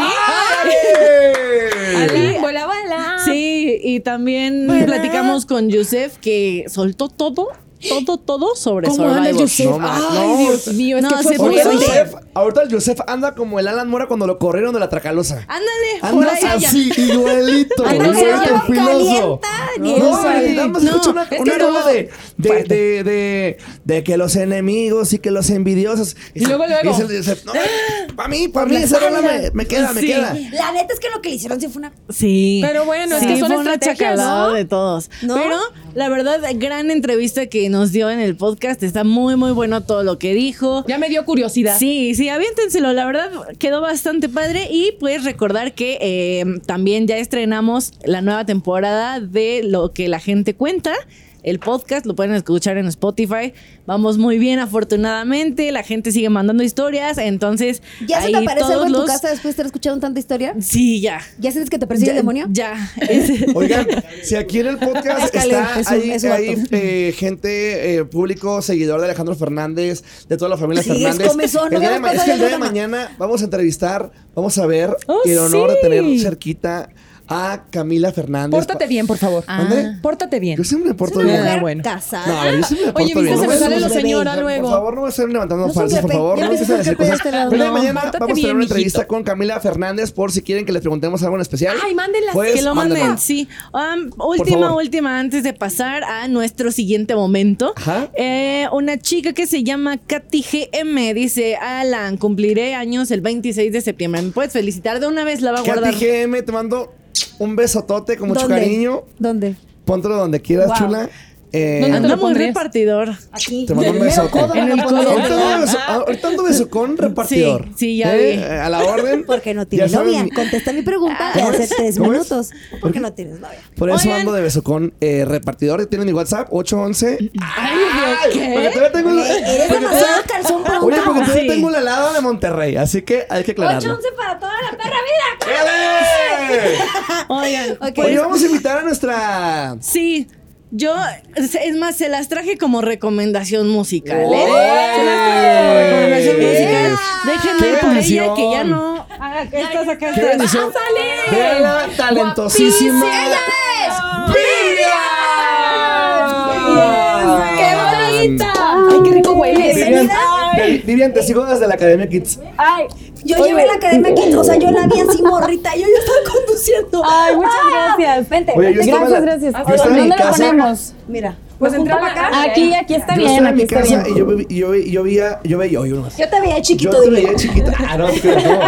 Alan, bola, bola. Sí, y también platicamos con Yusef que soltó todo todo, todo sobre ¿Cómo anda el Survivor. Yusef? No, ma- Ay, no. Dios mío, es No, que fue se muy Ahorita el, fuerte. Joseph, ahorita el Joseph anda como el Alan Mora cuando lo corrieron de la Tracalosa. Ándale, Ah, por Andas ahí anda. así, igualito. Anda igualito, cero, filoso. calienta, ni No, el no, sol. nada más No, escucha una, es que una no. rola de, de, de, de, de que los enemigos y que los envidiosos. Y luego, luego. dice el Joseph, no, para mí, para mí, la esa rola espalda. me, me queda, me Sí. queda. La neta es que lo que le hicieron sí fue una. Sí. Pero bueno, es que son fue una estrategias, chacalada ¿no? de todos. ¿No? Pero la verdad, gran entrevista que nos dio en el podcast. Está muy, muy bueno todo lo que dijo. Ya me dio curiosidad. Sí, sí, aviéntenselo. La verdad quedó bastante padre. Y puedes recordar que eh, también ya estrenamos la nueva temporada de Lo que la gente cuenta. El podcast lo pueden escuchar en Spotify. Vamos muy bien, afortunadamente. La gente sigue mandando historias. Entonces, ¿Ya se te ahí aparece algo todos en tu los- casa después de estar escuchando tanta historia? Sí, ya. ¿Ya sientes que te persigue el Ya, demonio? Ya. Es- Oigan, si aquí en el podcast Escalón, está es un- ahí, es un ahí, acto. eh, gente, eh, público, seguidor de Alejandro Fernández, de toda la familia Sí, es Fernández. comezón, no el día de vemos ma- es pasar que el el día de programa. mañana vamos a entrevistar, vamos a ver Oh, el honor sí. de tener cerquita a Camila Fernández. Pórtate bien, por favor. Ah. ¿Dónde? Pórtate bien. Yo siempre me porto Una bien. mujer bueno. casada. No, yo siempre me porto Oye, bien. viste, No se me me sale hagas la un señora bebé. luego. Por favor, no me estén levantando No soy falsas, por Pepe. favor. Ya No ves, empiecen a soy decir Pepe de cosas. este lado. El día de No, mañana pórtate vamos a tener bien, una entrevista mijito. con Camila Fernández por si quieren que les preguntemos algo en especial. Ay, mándenlas, Pues, que lo manden, mándenla. sí. Am, Por última, favor. última, antes de pasar a nuestro siguiente momento. Ajá. Eh, una chica que se llama Katy GM dice: Alan, cumpliré años el 26 de septiembre. ¿Me puedes felicitar de una vez? La va a guardar. Katy GM, te mando un besotote con mucho ¿Dónde? cariño. ¿Dónde? Póntelo donde quieras, Wow. chula. Eh, ¿Dónde te lo Anda muy pondrías? repartidor. Aquí. Te mando un Del mero besote. codo En me el lo pones. codo. Ahorita ando beso- ah, ahorita ando beso con repartidor. ¿Eh? Sí, sí, ya vi. A la orden. Porque no tienes Ya saben, novia. mi- Contesta mi pregunta de ¿Cómo hace es? tres ¿Cómo es? minutos. Porque no tienes novia. Por eso Oigan. ando de beso con eh, repartidor. Tienen mi WhatsApp, 811. Ay, Dios, Ah, ¿qué? Porque todavía tengo la- Eres porque- demasiado calzón para un Oye, porque cabo. todavía Sí. tengo la helada de Monterrey, así que hay que aclararlo. 8-11 para toda la perra ¡Ele! vida. Oigan, Ah, pues, Ok. Oye, vamos a invitar a nuestra... Sí, yo, es más, se las traje como recomendación musical, ¿eh? ¡Ey! Se las traje como recomendación musical. ¡Qué Déjenme por ella bendición! que ya no haga Ah, estas acá. ¡Qué bendición! ¡Véala, talentosísima! Guapísima ella ¡Vivian! ¡Qué bonita! Ay, qué rico huele. Vivian, Vivi- Vivian, te sigo desde la Academia Kids. Yo llevé la academia aquí, o sea, yo la vi así morrita, yo ya estaba conduciendo. Ay, muchas gracias. Vente, Oye, yo vente. estaba en la- Muchas gracias. yo estaba en mi ¿Dónde lo casa. ponemos? Mira, Pues entra para acá. Aquí, aquí está Yo bien, estaba en aquí mi está casa bien. y yo, vi- yo, vi- yo veía... Yo veía... Oye, uno más. yo te veía Yo chiquito, te dile. veía chiquita. Ah, no, pero no.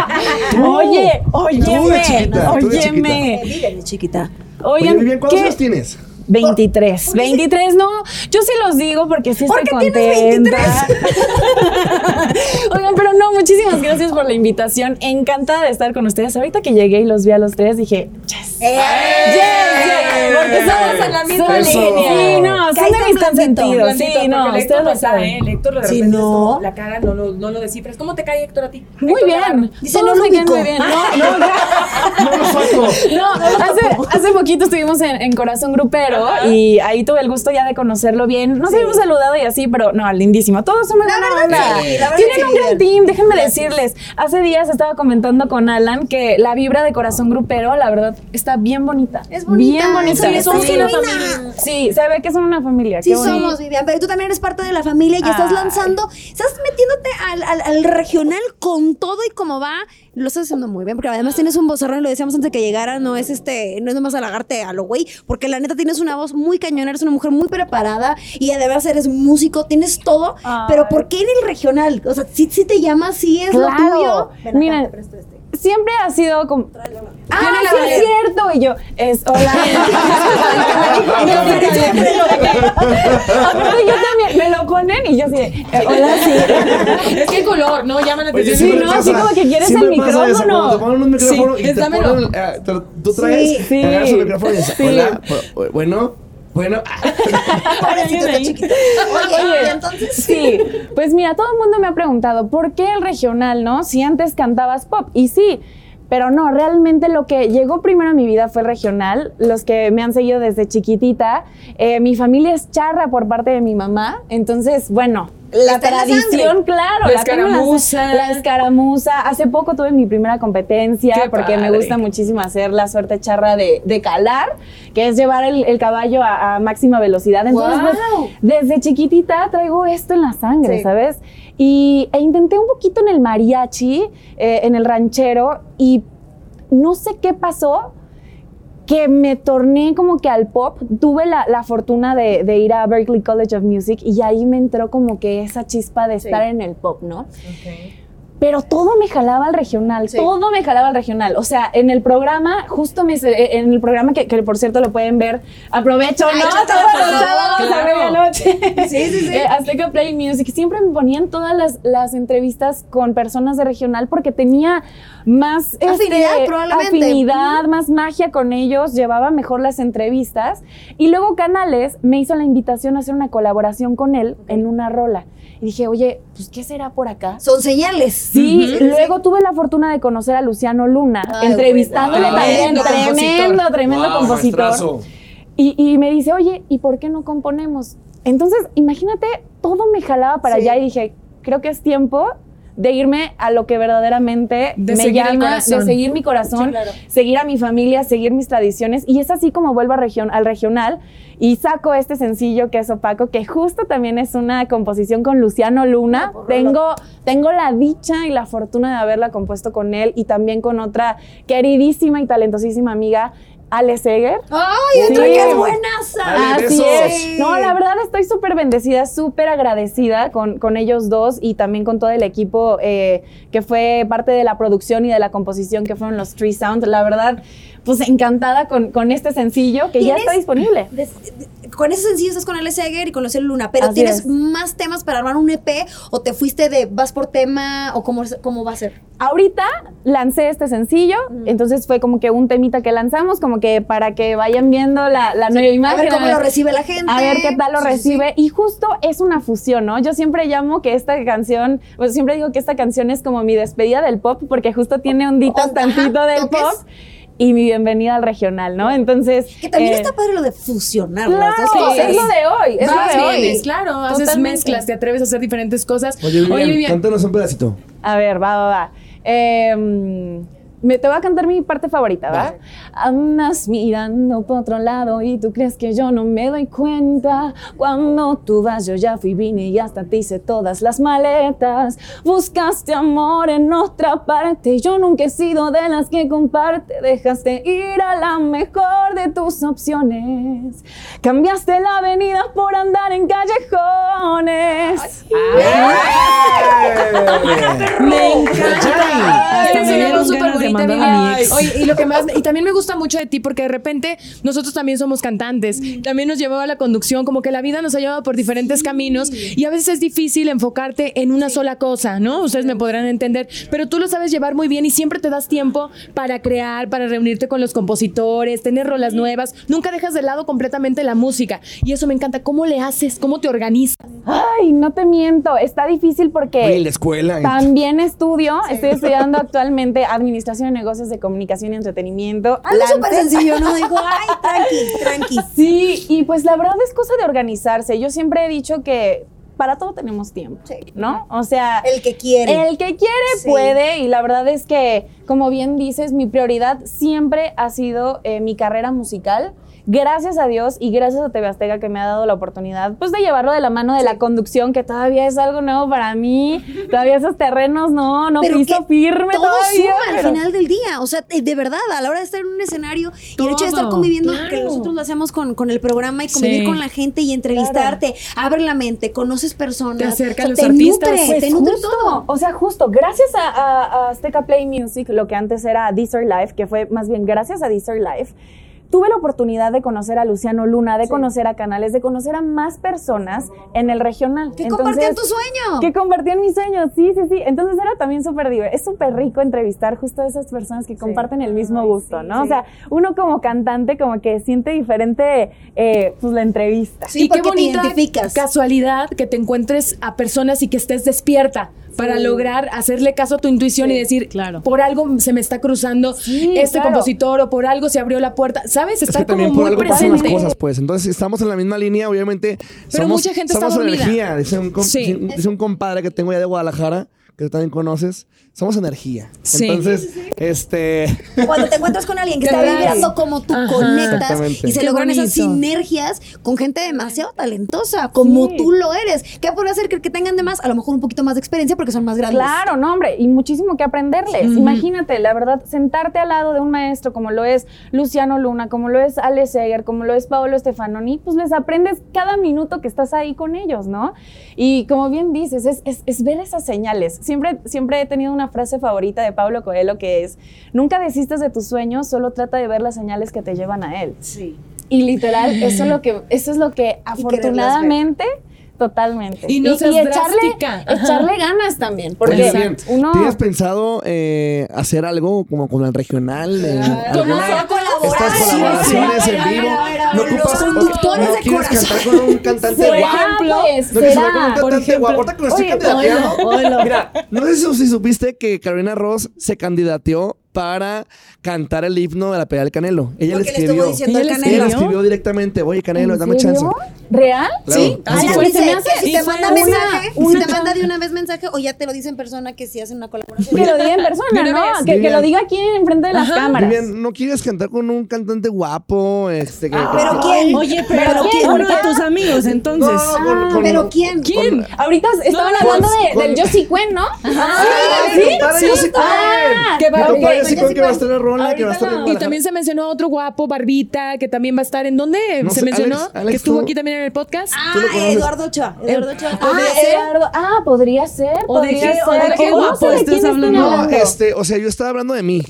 Tú. Oye, Tú de óyeme, chiquita, tú de chiquita. óyeme. Dígale, Eh, chiquita. Oye, Oigan, Vivian, ¿cuántos ¿qué? años tienes? 23. 23, no, yo sí los digo porque sí estoy ¿Por qué contenta. tienes Oigan, pero no, muchísimas gracias por la invitación. Encantada de estar con ustedes. Ahorita que llegué y los vi a los tres, dije, yes. Yes, yes, porque somos en la misma Eso. línea. Sí, no, Caíste son de mis blandito, consentidos. Blandito, Sí, no, porque el ustedes Héctor lo no sabe, ¿eh? El saben. Héctor de Si repente no. esto, la cara no lo, no lo descifras. ¿Cómo te cae Héctor a ti? Muy Héctor, bien. Dice, Todos no lo me caen ubicó. muy bien. No, no, No lo saco. No, hace, hace poquito estuvimos en, en Corazón Grupero y ahí tuve el gusto ya de conocerlo bien. Nos habíamos saludado y así, pero no, lindísimo. Todos son una La gran verdad onda. sí, la verdad Tienen sí, un gran Miguel. team, déjenme decirles. Hace días estaba comentando con Alan que la vibra de Corazón Grupero, la verdad, está bien bonita. Es bonita, Bien bonita. sí, es Son genuina. una familia. Sí, se ve que son una familia. Sí qué bonito. somos, Vivian, pero tú también eres parte de la familia y estás Ay. lanzando, estás metiéndote al, al- al regional con todo y como va, lo estás haciendo muy bien, porque además tienes un vozarrón, lo decíamos antes de que llegara, no es este, no es nomás halagarte a lo güey, porque la neta tienes una voz muy cañona, eres una mujer muy preparada y además eres músico, tienes todo, Ay. pero ¿por qué en el regional? O sea, si, te llamas, si es lo tuyo. Claro. Ven acá, Miren. te presto este. Siempre ha sido como. Ah, Tráela, sí es Valeria. cierto. Y yo, es hola. Aparte, yo también me lo ponen y yo así, de, eh, hola, sí. Es que el color, no, llama la Oye, atención. Pues sí, siempre ¿no? pasa- Así como que quieres siempre el pasa eso, micrófono. cuando te ponen un micrófono Sí, y te dámelo. ponen, eh, te- tú traes, Sí. Sí. agarras el micrófono y dices, Sí. hola, bu- eh, bueno, bueno. ah, Pobrecito, está chiquito. Oye, y entonces. Sí, pues mira, todo el mundo me ha preguntado, ¿por qué el regional, no? Si antes cantabas pop, y sí, pero no, realmente lo que llegó primero a mi vida fue el regional, los que me han seguido desde chiquitita, eh, mi familia es charra por parte de mi mamá, entonces, bueno, la Está en la tradición, sangre. claro. La tengo en escaramuza. la, la escaramuza. Hace poco tuve mi primera competencia Qué porque me padre. gusta muchísimo hacer la suerte charra de, de calar, que es llevar el, el caballo a, a máxima velocidad. Entonces, pues, desde chiquitita traigo esto en la sangre, Sí. ¿sabes? Y, e intenté un poquito en el mariachi, eh, en el ranchero, y no sé qué pasó, que me torné como que al pop. Tuve la, la fortuna de, de ir a Berklee College of Music y ahí me entró como que esa chispa de Sí. estar en el pop, ¿no? Pero todo me jalaba al regional, Sí. todo me jalaba al regional. O sea, en el programa, justo me, eh, en el programa que, que, por cierto lo pueden ver, aprovecho, Ay, ¿no? chócala, por Todos los favor. sábados a Claro. medianoche. Sí, sí, sí. Eh, Azteca Play Music. Siempre me ponían todas las, las entrevistas con personas de regional porque tenía más este, Afinidad, probablemente. afinidad, más magia con ellos, llevaba mejor las entrevistas. Y luego Canales me hizo la invitación a hacer una colaboración con él en una rola. Y dije, oye, pues ¿qué será por acá? Son señales. Sí, luego tuve la fortuna de conocer a Luciano Luna, Ay, entrevistándole bueno. también, Tremendo tremendo, tremendo Wow, compositor. maestrazo. Y, y me dice, oye, ¿y por qué no componemos? Entonces, imagínate, todo me jalaba para Sí. allá y dije, creo que es tiempo de irme a lo que verdaderamente De me seguir el llama, de corazón. seguir mi corazón, Sí, claro. seguir a mi familia, seguir mis tradiciones. Y es así como vuelvo a región, al regional y saco este sencillo que es Opaco, que justo también es una composición con Luciano Ah, Luna. tengo, tengo la dicha y la fortuna de haberla compuesto con él y también con otra queridísima y talentosísima amiga, Ale Seger. ¡Ay, Sí. otra que es buenaza! Dale, Así besos. es. No, la verdad estoy súper bendecida, súper agradecida con, con ellos dos y también con todo el equipo eh, que fue parte de la producción y de la composición que fueron los Tree Sound. La verdad, pues encantada con, con este sencillo que ya ¿Tienes- está disponible. Des- Con ese sencillo estás con Ale Seger y con Luciano Luna, pero Así ¿tienes es. más temas para armar un EP o te fuiste de vas por tema o cómo, es- cómo va a ser? Ahorita lancé este sencillo, Mm. entonces fue como que un temita que lanzamos, como que para que vayan viendo la, la nueva A imagen. ver cómo a lo ver- recibe la gente. A ver qué tal lo Sí, sí, sí. recibe. Y justo es una fusión, ¿no? Yo siempre llamo que esta canción, pues siempre digo que esta canción es como mi despedida del pop, porque justo tiene onditas Onda, ajá, tantito del toques. pop y mi bienvenida al regional, ¿no? Entonces. Que también eh, está padre lo de fusionar Claro, las dos cosas. es lo de hoy. Es Vas, lo de vienes, hoy. claro, haces Totalmente. mezclas, te atreves a hacer diferentes cosas. Oye, Vivian, Vivian, cántanos un pedacito. A ver, va, va, va. Em, me, te voy a cantar mi parte favorita, ¿va? Andas mirando por otro lado y tú crees que yo no me doy cuenta. Cuando tú vas, yo ya fui, vine y hasta te hice todas las maletas. Buscaste amor en otra parte. Yo nunca he sido de las que comparte. Dejaste ir a la mejor de tus opciones. Cambiaste la avenida por andar en callejones. Ah. ¡Eh! Me Eh. encanta. Esta Hasta me es una dieron cosa súper ganas de bonita, mandar a mi Vivi. ex. Oye, y lo que más y también me gusta mucho de ti porque de repente nosotros también somos cantantes. También nos llevaba la conducción, como que la vida nos ha llevado por diferentes caminos y a veces es difícil enfocarte en una sola cosa, ¿no? Ustedes me podrán entender, pero tú lo sabes llevar muy bien y siempre te das tiempo para crear, para reunirte con los compositores, tener rolas nuevas, nunca dejas de lado completamente la música y eso me encanta cómo le haces, cómo te organizas. Ay, no te miento, está difícil porque Oye, en la escuela. también estudio, estoy estudiando actualmente Administración de Negocios de Comunicación y Entretenimiento. Algo Lance. súper sencillo, ¿no? Digo, ay, tranqui, tranqui. Sí, y pues la verdad es cosa de organizarse. Yo siempre he dicho que para todo tenemos tiempo, Sí. ¿no? O sea, El que quiere. El que quiere Sí. puede y la verdad es que, como bien dices, mi prioridad siempre ha sido eh, mi carrera musical. Gracias a Dios y gracias a TV Azteca que me ha dado la oportunidad pues de llevarlo de la mano de la conducción que todavía es algo nuevo para mí, todavía esos terrenos no, no piso que firme todo todavía. suma pero- al final del día. O sea, te- de verdad, a la hora de estar en un escenario y el hecho de estar Todo, conviviendo, claro. que nosotros lo hacemos con, con el programa y convivir Sí. con la gente y entrevistarte, abre la mente, conoces personas. Te acerca a los te artistas. Nutre, Pues te nutre justo, todo. O sea, justo, gracias a, a- a Azteca Play Music, lo que antes era Deezer Live, que fue más bien gracias a Deezer Live, tuve la oportunidad de conocer a Luciano Luna, de conocer a Canales, de conocer a más personas en el regional. Que Entonces, compartían tu sueño. Que compartían mis sueños, sí, sí, sí. Entonces era también súper divertido. Es súper rico entrevistar justo a esas personas que comparten el mismo gusto, ¿no? O sea, uno como cantante como que siente diferente eh, pues la entrevista. Sí, porque te identificas. casualidad que te encuentres a personas y que estés despierta para lograr hacerle caso a tu intuición y decir, claro. por algo se me está cruzando Sí, este claro. compositor o por algo se abrió la puerta. ¿Sabes? Estar es que como también por muy algo pasan las presente. cosas, pues. Entonces, estamos en la misma línea, obviamente. Pero somos, mucha gente está somos dormida. energía. Dice un, com- Sí. dice un- dice un compadre que tengo ya de Guadalajara, que tú también conoces. Somos energía. Sí. Entonces, este. Cuando te encuentras con alguien que Te está das. vibrando como tú Ajá. conectas Exactamente. y se Qué logran esas bonito. sinergias con gente demasiado talentosa, como Sí. tú lo eres. ¿Qué podría hacer que, que tengan de más? A lo mejor un poquito más de experiencia porque son más grandes. Claro, no, hombre, y muchísimo que aprenderles. Imagínate, la verdad, sentarte al lado de un maestro como lo es Luciano Luna, como lo es Ale Seger, como lo es Paolo Stefanoni, pues les aprendes cada minuto que estás ahí con ellos, ¿no? Y como bien dices, es, es- es ver esas señales. Siempre, siempre he tenido una frase favorita de Pablo Coelho que es, nunca desistas de tus sueños, solo trata de ver las señales que te llevan a él. Sí. Y literal, eso es lo que, eso es lo que afortunadamente, totalmente. Y no seas echarle, drástica. Ajá. echarle ganas también, Oye, porque bien, uno... ¿Tienes pensado eh, hacer algo como con el regional? eh, alguna- colaborar. Estas colaboraciones en vivo. No ocupas. Los ok, conductores No de quieres corazón. cantar con un cantante Será, guapo. No quieres cantar pues, con un será. cantante ejemplo. guapo. Ahorita que me estoy Oye, candidateando. Mira, no sé si- si supiste que Carolina Ross se candidateó para cantar el himno de la pelea del Canelo. Ella le Porque le estuvo escribió. diciendo al Ella le Ella canelo. le escribió directamente, oye Canelo, ¿En dame serio? chance. ¿Real? Claro. Sí, Ah, así ya fue. dice, Se me hace- si y te fue manda una- mensaje, si una- te manda de una vez mensaje o ya te lo dice en persona que si hacen una colaboración. Que lo diga en De persona, una ¿no? vez. Que, que Vivian. lo diga aquí enfrente de las cámaras. Vivian, ¿no quieres cantar con un cantante guapo? Este, que, Ah, Pero quién? Oye, pero, pero ¿quién? quién? Uno de tus amigos, No, entonces. con- con- Ah, Pero quién? ¿Quién? Ahorita estaban no, hablando de- con- del Josie Cuen, ¿no? Ah, mi compadre Josy Cohen. qué Mi compadre barbaridad. Josy Cohen que va a estar en Rola, que va a estar en Ahorita Ah, Y Guadalajara. también se mencionó a otro guapo, Barbita, que también va a estar. ¿En dónde No se sé, mencionó? Alex, Alex, que estuvo tú- aquí también en el podcast. Ah, Tú lo conoces. Eduardo Ochoa. Eduardo Ochoa. Ah, Eduardo. Ah, podría ser. ¿O de podría qué- o ser. de qué No guapo sé de estás quién estén hablando? No, hablando. este, o sea, yo estaba hablando de mí.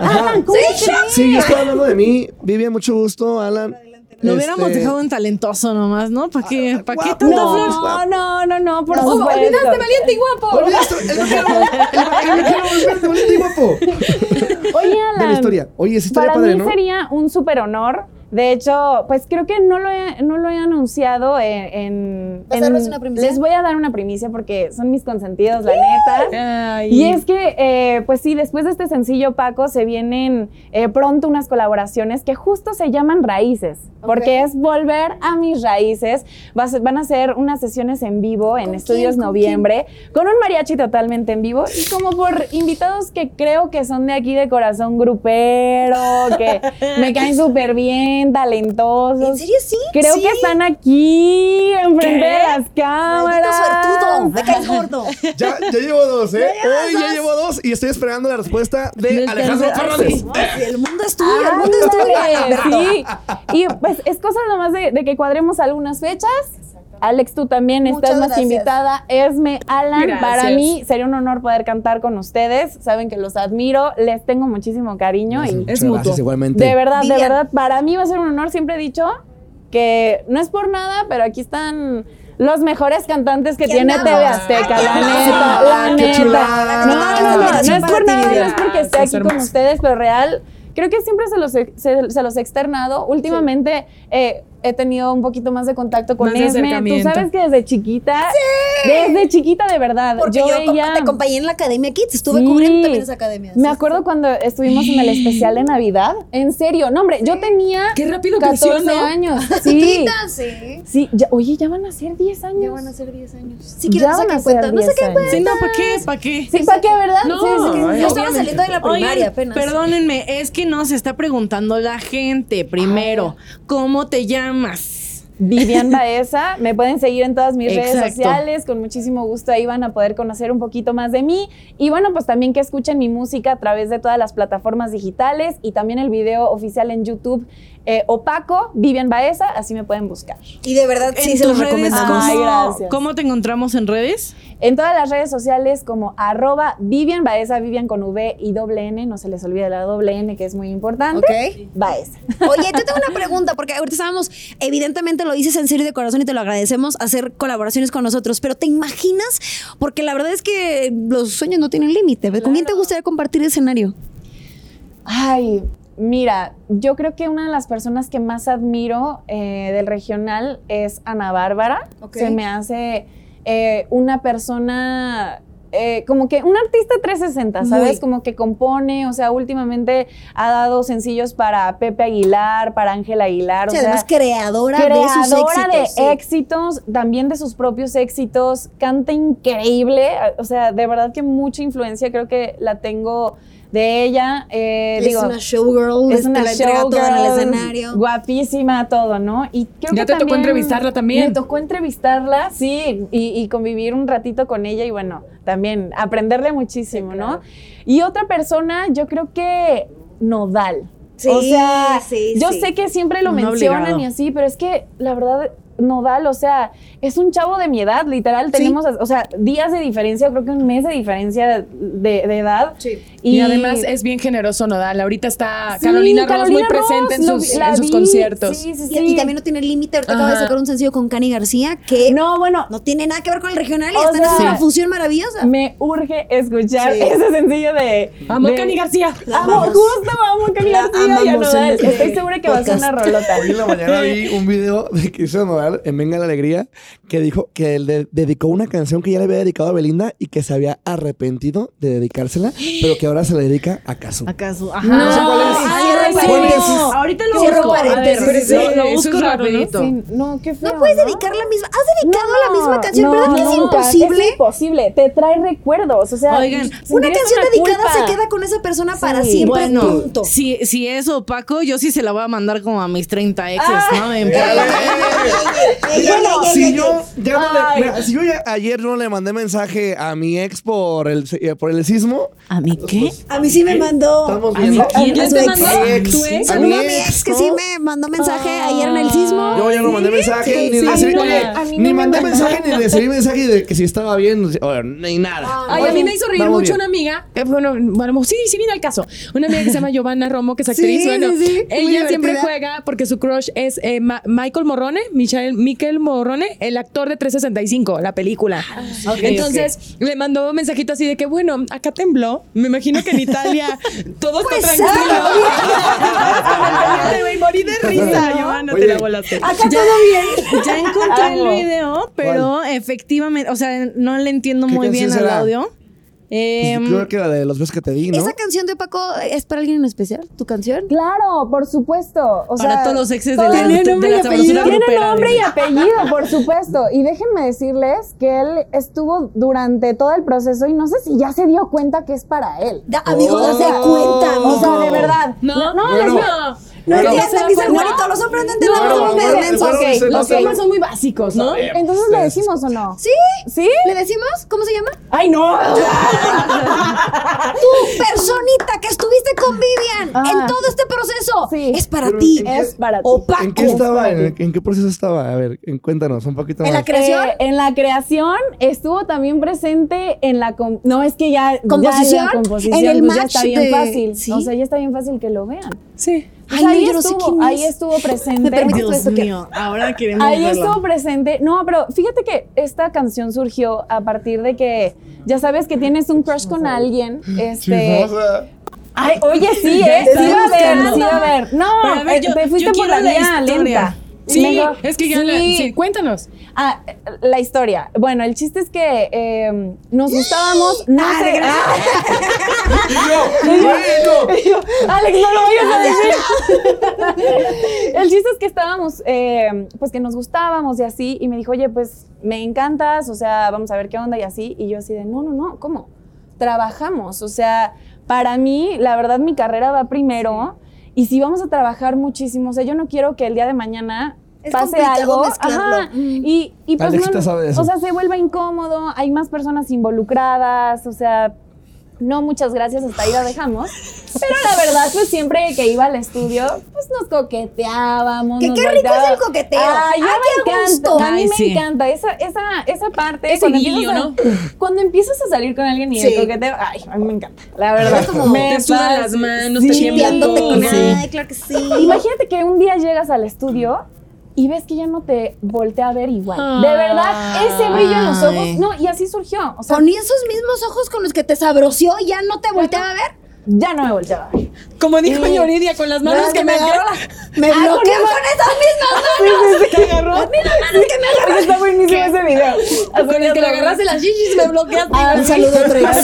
Alan, Alan, ¿cómo crees? Sí, yo estaba hablando de mí. Vivian, mucho gusto, Alan. Lo Este, hubiéramos dejado en talentoso nomás, ¿no? ¿Para qué, pa' qué guapo. tanta flor? No, no, no, no, por No, supuesto. olvidaste, valiente y guapo. Olvidaste, el vaquero, el vaquero, el vaquero, bonito y guapo. Oye, De Alan. la historia. Oye, esa historia Para padre, mí ¿no? sería un súper honor. De hecho, pues creo que no lo he, no lo he anunciado en... en- ¿Vas a en- darnos una primicia? Les voy a dar una primicia porque son mis consentidos, la neta. Ay. Y es que, eh, pues sí, después de este sencillo, Paco, se vienen eh, pronto unas colaboraciones que justo se llaman Raíces, porque es volver a mis raíces. Va a ser- van a ser unas sesiones en vivo en quién? Estudios ¿Con Noviembre, con un mariachi totalmente en vivo y como por invitados que creo que son de aquí de corazón grupero, que me caen súper bien, talentosos. ¿En serio sí? Creo Sí. que están aquí, enfrente de las Maldito cámaras. suertudo. Me caes gordo. Ya, ya llevo dos, ¿eh? Hoy ya llevo dos y estoy esperando la respuesta de Del Alejandro tercero, Fernández. sí. Ay, el mundo es tuyo, Ah, el mundo es tuyo. Alberto. Ándale, Sí. Y pues es cosa nomás de, de que cuadremos algunas fechas. Alex, tú también Muchas estás más que gracias. invitada. Esme, Alan, Gracias. para mí sería un honor poder cantar con ustedes. Saben que los admiro, les tengo muchísimo cariño y Muchas Es mutuo. Gracias, igualmente. de verdad, Vivian. de verdad, para mí va a ser un honor. Siempre he dicho que no es por nada, pero aquí están los mejores cantantes que Aquí tiene andamos. TV Azteca, Aquí la andamos. neta, Ah, la qué neta. chulada. No, Ah, no, no, no es por nada, no es porque esté Gracias, aquí con hermosa. ustedes, pero real, creo que siempre se los, he- se, se los he externado. Últimamente eh, he tenido un poquito más de contacto con Más de Esme. Tú acercamiento. sabes que desde chiquita, desde chiquita de verdad, Porque yo yo, veía... te acompañé en la Academia Kids, estuve Sí. cubriendo también esa academia. Me acuerdo cuando estuvimos en el especial de Navidad. En serio, no, hombre, yo tenía Qué rápido creció, 14 ¿no? años. Sí. Chiquita, sí. Sí, ya- oye, ya van a ser 10 años. Ya van a ser 10 años. Sí, Ya quiero que van a saquen ser cuenta. No 10 saquen años. cuenta. Sí, no, ¿para qué? ¿Para qué? Sí, ¿para qué, verdad? No, Sí, sí, sí. Yo estaba saliendo de la primaria Oigan, apenas. Perdónenme, es que no se está preguntando la gente primero. ¿Cómo te llamas? Vivian Baeza, me pueden seguir en todas mis redes Exacto. sociales, con muchísimo gusto ahí van a poder conocer un poquito más de mí y bueno, pues también que escuchen mi música a través de todas las plataformas digitales y también el video oficial en YouTube eh, Opaco, Vivian Baeza, así me pueden buscar. Y de verdad, sí, en se lo tus redes, recomendamos. ¿cómo, Ay, recomendamos. gracias. ¿Cómo te encontramos en redes? En todas las redes sociales como arroba Vivian Baeza, Vivian con V y doble N, no se les olvide la doble N que es muy importante. Ok. Baeza. Oye, te tengo una pregunta, porque ahorita estábamos, evidentemente lo dices en serio y de corazón y te lo agradecemos hacer colaboraciones con nosotros, pero ¿te imaginas? Porque la verdad es que los sueños no tienen límite. ¿Con quién te gustaría compartir escenario? Ay, mira, yo creo que una de las personas que más admiro eh, del regional es Ana Bárbara. Ok. Se me hace eh, una persona eh, como que un artista 360, ¿sabes? Como que compone, o sea, últimamente ha dado sencillos para Pepe Aguilar, para Ángel Aguilar, Sí, o sea, además creadora, de sus creadora éxitos. sí. de éxitos, también de sus propios éxitos, canta increíble, o sea, de verdad que mucha influencia creo que la tengo de ella. eh, es digo, una showgirl, es una la entrega showgirl, toda en el escenario. guapísima, todo, ¿no? Y creo Ya te que tocó también- entrevistarla también. Me tocó entrevistarla, sí, y, y convivir un ratito con ella y bueno, también aprenderle muchísimo, ¿no? Y otra persona, yo creo que Nodal. Sí, o sea, sí, yo sí. sé que siempre lo No mencionan obligado. y así, pero es que la verdad Nodal, o sea, es un chavo de mi edad, literal, tenemos, o sea, días de diferencia, creo que un mes de diferencia de, de edad. Y, además es bien generoso Nodal. Ahorita está Sí, Carolina, Ross muy Carolina presente en Ross, lo sus, vi- la en sus vi, conciertos. Sí, sí, Y- sí. Y, también no tiene límite. Ahorita acaba de Ajá. sacar un sencillo con Cani García que no, no, bueno, tiene nada que ver con el regional y O están sea, haciendo una sí. fusión maravillosa. me urge escuchar Sí. ese sencillo de. Amo a de- Cani García. Amo, justo amo a Cani La García y a amamos en Nodal. este Estoy segura que va a ser una podcast. rolota. Hoy en la mañana vi un video de que hizo Nodal en Venga la Alegría que dijo que él de- dedicó una canción que ya le había dedicado a Belinda y que se había arrepentido de dedicársela, pero que ahora se la dedica a Casu. ¿Acaso? No, Ajá. sé cuál es. Ah, Ay, cierra ¿Cuál es? paréntesis. Ahorita lo Cierro busco. A ver, paréntesis. pero sí, No, lo eso busco es rapidito. rapidito. Sí, no, qué feo. No puedes dedicar la misma. ¿Has dedicado la misma canción? no, ¿Verdad que es nunca, imposible? Es imposible, te trae recuerdos. O sea, Oigan, Una sentir canción esa dedicada culpa. se queda con esa persona para Sí. siempre. Bueno, punto. Si, si es opaco, yo sí se la voy a mandar como a mis 30 exes, ¿no? Me importa. Ey, ey, ey, ey, si ey, yo, ya no le- Ay. mira, si yo ya ayer no le mandé mensaje a mi ex por el, eh, por el sismo, pues, ¿A mí qué? A mí sí me mandó. estamos viendo. quién? A ¿Quién su te ex. mandó? A mi ex. ¿Tu ex? A Saludo mi a mi ex que ¿no? sí me mandó mensaje ayer en el sismo. Yo ya no mandé mensaje, ni, recibí, no, oye, a mí no ni me mandé mandó. mensaje, ni recibí mensaje de que si estaba bien, o- ni nada. Ay, a mí me hizo reír Vamos mucho bien. una amiga, eh, bueno, bueno, sí, sí viene al caso, una amiga que se llama Giovanna Romo, que es actriz, Sí, bueno, sí, sí, muy ella siempre divertida. juega porque su crush es eh, Ma- Michael Morrone, Michael, Michael Morrone, el actor de 365, la película. ok, Entonces, le mandó un mensajito así de que, bueno, acá tembló, me imagino que en Italia todo Pues, está tranquilo. ah. Te morí de risa, Giovanna, Oye, te la volaste. Acá todo bien. Ya encontré el Amo. video, pero efectivamente, o sea, no le entiendo ¿Qué muy canción bien al será? audio. Pues, Em, creo que la de los besos que te di, ¿no? ¿Esa canción de Paco es para alguien en especial? ¿Tu canción? Claro, por supuesto. O Para sea, todos los exes de todas- la- Tiene de nombre la y sabrosura apellido. Tiene grupera, nombre y dice. apellido, por supuesto. Y déjenme decirles que él estuvo durante todo el proceso y no sé si ya se dio cuenta que es para él. Da- amigo, no se da cuenta. Oh. O sea, de verdad. No, La- no, les- Bueno, No Oh. Pero- entiendan, dicen, Juanito, los hombres no entendemos, no, somos medio bueno, mensos. bueno, Ok. se- los Ok. temas son muy básicos, ¿no? Entonces le decimos o no. ¿Sí? ¿Sí? ¿Le decimos? ¿Cómo se llama? Ay, no. Tu personita que estuviste con Vivian Ah. en todo este proceso Sí. es para Pero ti. ¿en qué- Es para ti. Opaco. ¿En qué estaba? ¿En, en qué proceso estaba? A ver, en- cuéntanos un poquito En más. la creación. Eh, en la creación estuvo también presente en la com- no es que ya ya Composición, la composición en el pues ya match está bien de- fácil sí. o sea ya está bien fácil que lo vean Sí. O Ay, no, sea, pues ahí yo no sé estuvo quién ahí es. estuvo presente ¿Me permites Dios esto que- mío, ahora queremos ahí verlo. estuvo presente no pero fíjate que esta canción surgió a partir de que ya sabes que tienes un crush con alguien este Chismosa. ay oye sí Ya eh está sí va a haber buscando. sí va a haber no Pero a ver, eh, yo- te fuiste yo por la quiero la vía historia. lenta Sí, Venga, es que ya la- sí. sí, cuéntanos. Ah, la historia. Bueno, el chiste es que eh, nos gustábamos. No Ah, sé. de gracia. Y yo, bueno. Y yo, Alex, no lo vayas a decir. El chiste es que estábamos, eh, pues que nos gustábamos y así, y me dijo, oye, pues me encantas, o sea, vamos a ver qué onda y así, y yo así de, no, no, no, ¿cómo? Trabajamos, o sea, para mí, la verdad, mi carrera va primero, y si vamos a trabajar muchísimo, o sea, yo no quiero que el día de mañana Es pase complicado algo, mezclarlo. ajá, y, y pues Alexita no- sabe de eso. o sea, se vuelve incómodo, hay más personas involucradas, o sea, no, muchas gracias, hasta ahí la dejamos. Pero la verdad, pues siempre que iba al estudio, pues nos coqueteábamos. Que nos qué rico es el volteábamos. coqueteo. Ay, yo Ay, me qué encanta. gusto. A mí Ay, me sí. encanta esa, esa, esa parte. Ese idilio, empiezas a, cuando empiezas a salir con alguien y Sí. el coqueteo, ay, a mí me encanta. La verdad. Es como- me Te sudan fasc- las manos, te tiemblan Chipeándote con Sí. ay, claro que sí. Imagínate que un día llegas al estudio y ves que ya no te voltea a ver igual. De verdad, ese brillo en los ojos. Ay. No, y así surgió. O sea, Con esos mismos ojos con los que te sabroció y ya no te volteaba a ver. ya no me volteaba. a ver. Como dijo Yuridia, con las manos que me agarró la Me Ah, bloqueó con con esas mismas manos. Sí, sí, sí. Las mismas manos que me agarró. Oye, está buenísimo ese video. Ah, Con el que le agarraste las chichis me bloqueaste. Un saludo, Trex.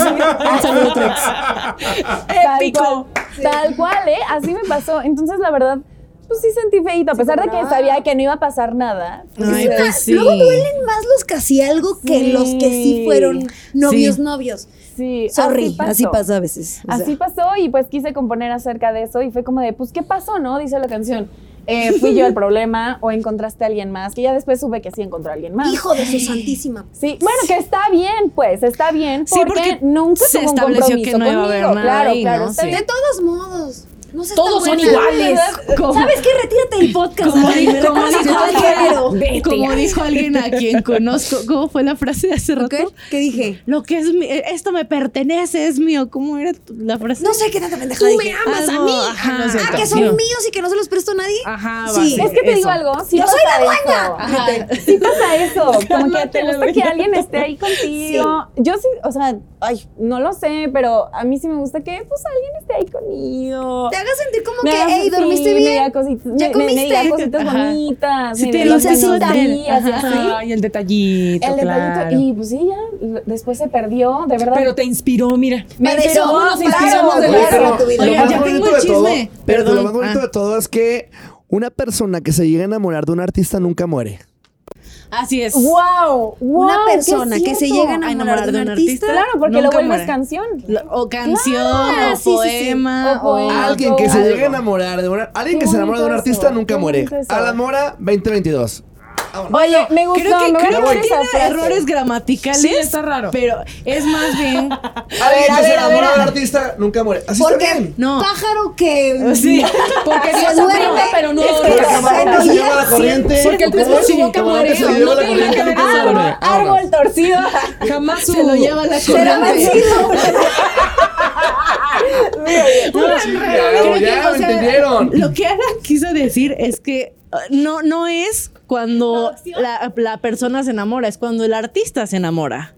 Un saludo, Trex. Tal Épico. cual, tal cual, ¿eh? Así me pasó. Entonces, la verdad, pues sí sentí feíto, a pesar de que sabía que no iba a pasar nada. Ay, pues sí. Luego duelen más los casi algo que Sí. los que sí fueron novios, Sí. novios. Sí, Sorry, así, pasó. pasa a veces. o sea. Así pasó y pues quise componer acerca de eso y fue como de, pues, ¿qué pasó, no? Dice la canción. Eh, fui yo el problema o encontraste a alguien más, que ya después supe que sí encontró a alguien más. Ah. Hijo de su santísima. Sí, bueno, que está bien, pues, está bien, Sí, porque, porque nunca se tuvo un estableció compromiso que no iba a haber conmigo, nada claro, ahí, claro, ¿no? está Sí. bien. De todos modos. No seas Todos tan son buena. iguales. ¿Sabes qué? Retírate del podcast. Como, Adri, di- me como reconoces dijo todo el género. alguien, como dijo alguien a quien conozco, ¿cómo fue la frase de hace rato? ¿Qué? ¿Qué dije? Lo que es mi- eh, esto me pertenece, es mío. ¿Cómo era tu- la frase? No sé qué tanta Tú pendejada me dije. amas a Algo, mí. ajá, no es Ah, cierto. que son Sí. míos y que no se los presto a nadie. Ajá, Sí. va a Es ser que te eso. digo algo, sí Yo pasa soy la eso. dueña. Ajá. Sí pasa eso, como que te gusta que alguien esté ahí contigo. Yo sí, o sea, ay, no lo sé, pero a mí sí me gusta que pues alguien esté ahí conmigo. Te haga sentir como Me que, hagas hey, así, ¿dormiste Me bien? diga cositas, ¿Ya me- me- me comiste? diga cositas Ajá. bonitas. Sí, me te diga luces buenos un días, hotel. y así. Ay, el detallito, El claro. detallito, y pues sí, ya, lo- después se perdió, de verdad. Pero te inspiró, mira. me Para inspiró, eso, nos claro, inspiramos de claro. la- pero- tu vida. lo Oigan, más ya tengo bonito el de todo- chisme. pero lo Perdón. más bonito Ah. de todo es que una persona que se llega a enamorar de un artista nunca muere. Así es. Wow, wow, Una qué persona que se cierto. llega a enamorar de un artista. Claro, porque lo Nunca vuelves muere. canción. Lo- O canción, Claro, o Ah, sí, Ah, sí, sí. poema, O poema. algo. Alguien que se Algo. llegue a enamorar de una, alguien Qué que se enamora de un bonito artista eso, nunca qué muere. bonito eso. Alan Mora 2022. Oye, me gustó, Creo que, me creo gustó que esa tiene frase. errores gramaticales. Sí, está raro. Pero es más bien. Alguien a que se ver, a ver, enamora de a un ver. artista nunca muere. Así está Porque bien. No. pájaro que... Sí. Porque Se Dios duerme, aprieta, pero no es que Porque Pero como antes sí, se lleva la sí, corriente. porque el pez como por su antes- boca como antes muere, se lleva no la tiene nada corriente, que ver nunca se con duerme. Árbol, árbol torcido. Jamás Se lo hubo. lleva la Será corriente. vencido. Vámonos. Sí, Creo claro, que, Ya, o ¿me sea, entendieron. Lo que Ana quiso decir es que uh, no, no es cuando la, la persona se enamora, es cuando el artista se enamora.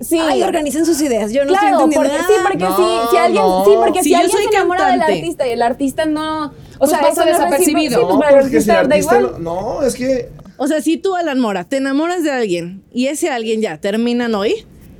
Sí. Ay, organicen sus ideas. Yo no claro, estoy entendiendo porque sí, nada. porque No, sí, si alguien, no. sí, porque Si si, yo alguien soy se enamora cantante. del artista y el artista no, o sea, pasa eso no es desapercibido. recíproco, sí, No, pues, para el porque si artista da artista igual. lo- No, es que. O sea, si tú, Alan Mora, te enamoras de alguien y ese alguien ya terminan hoy,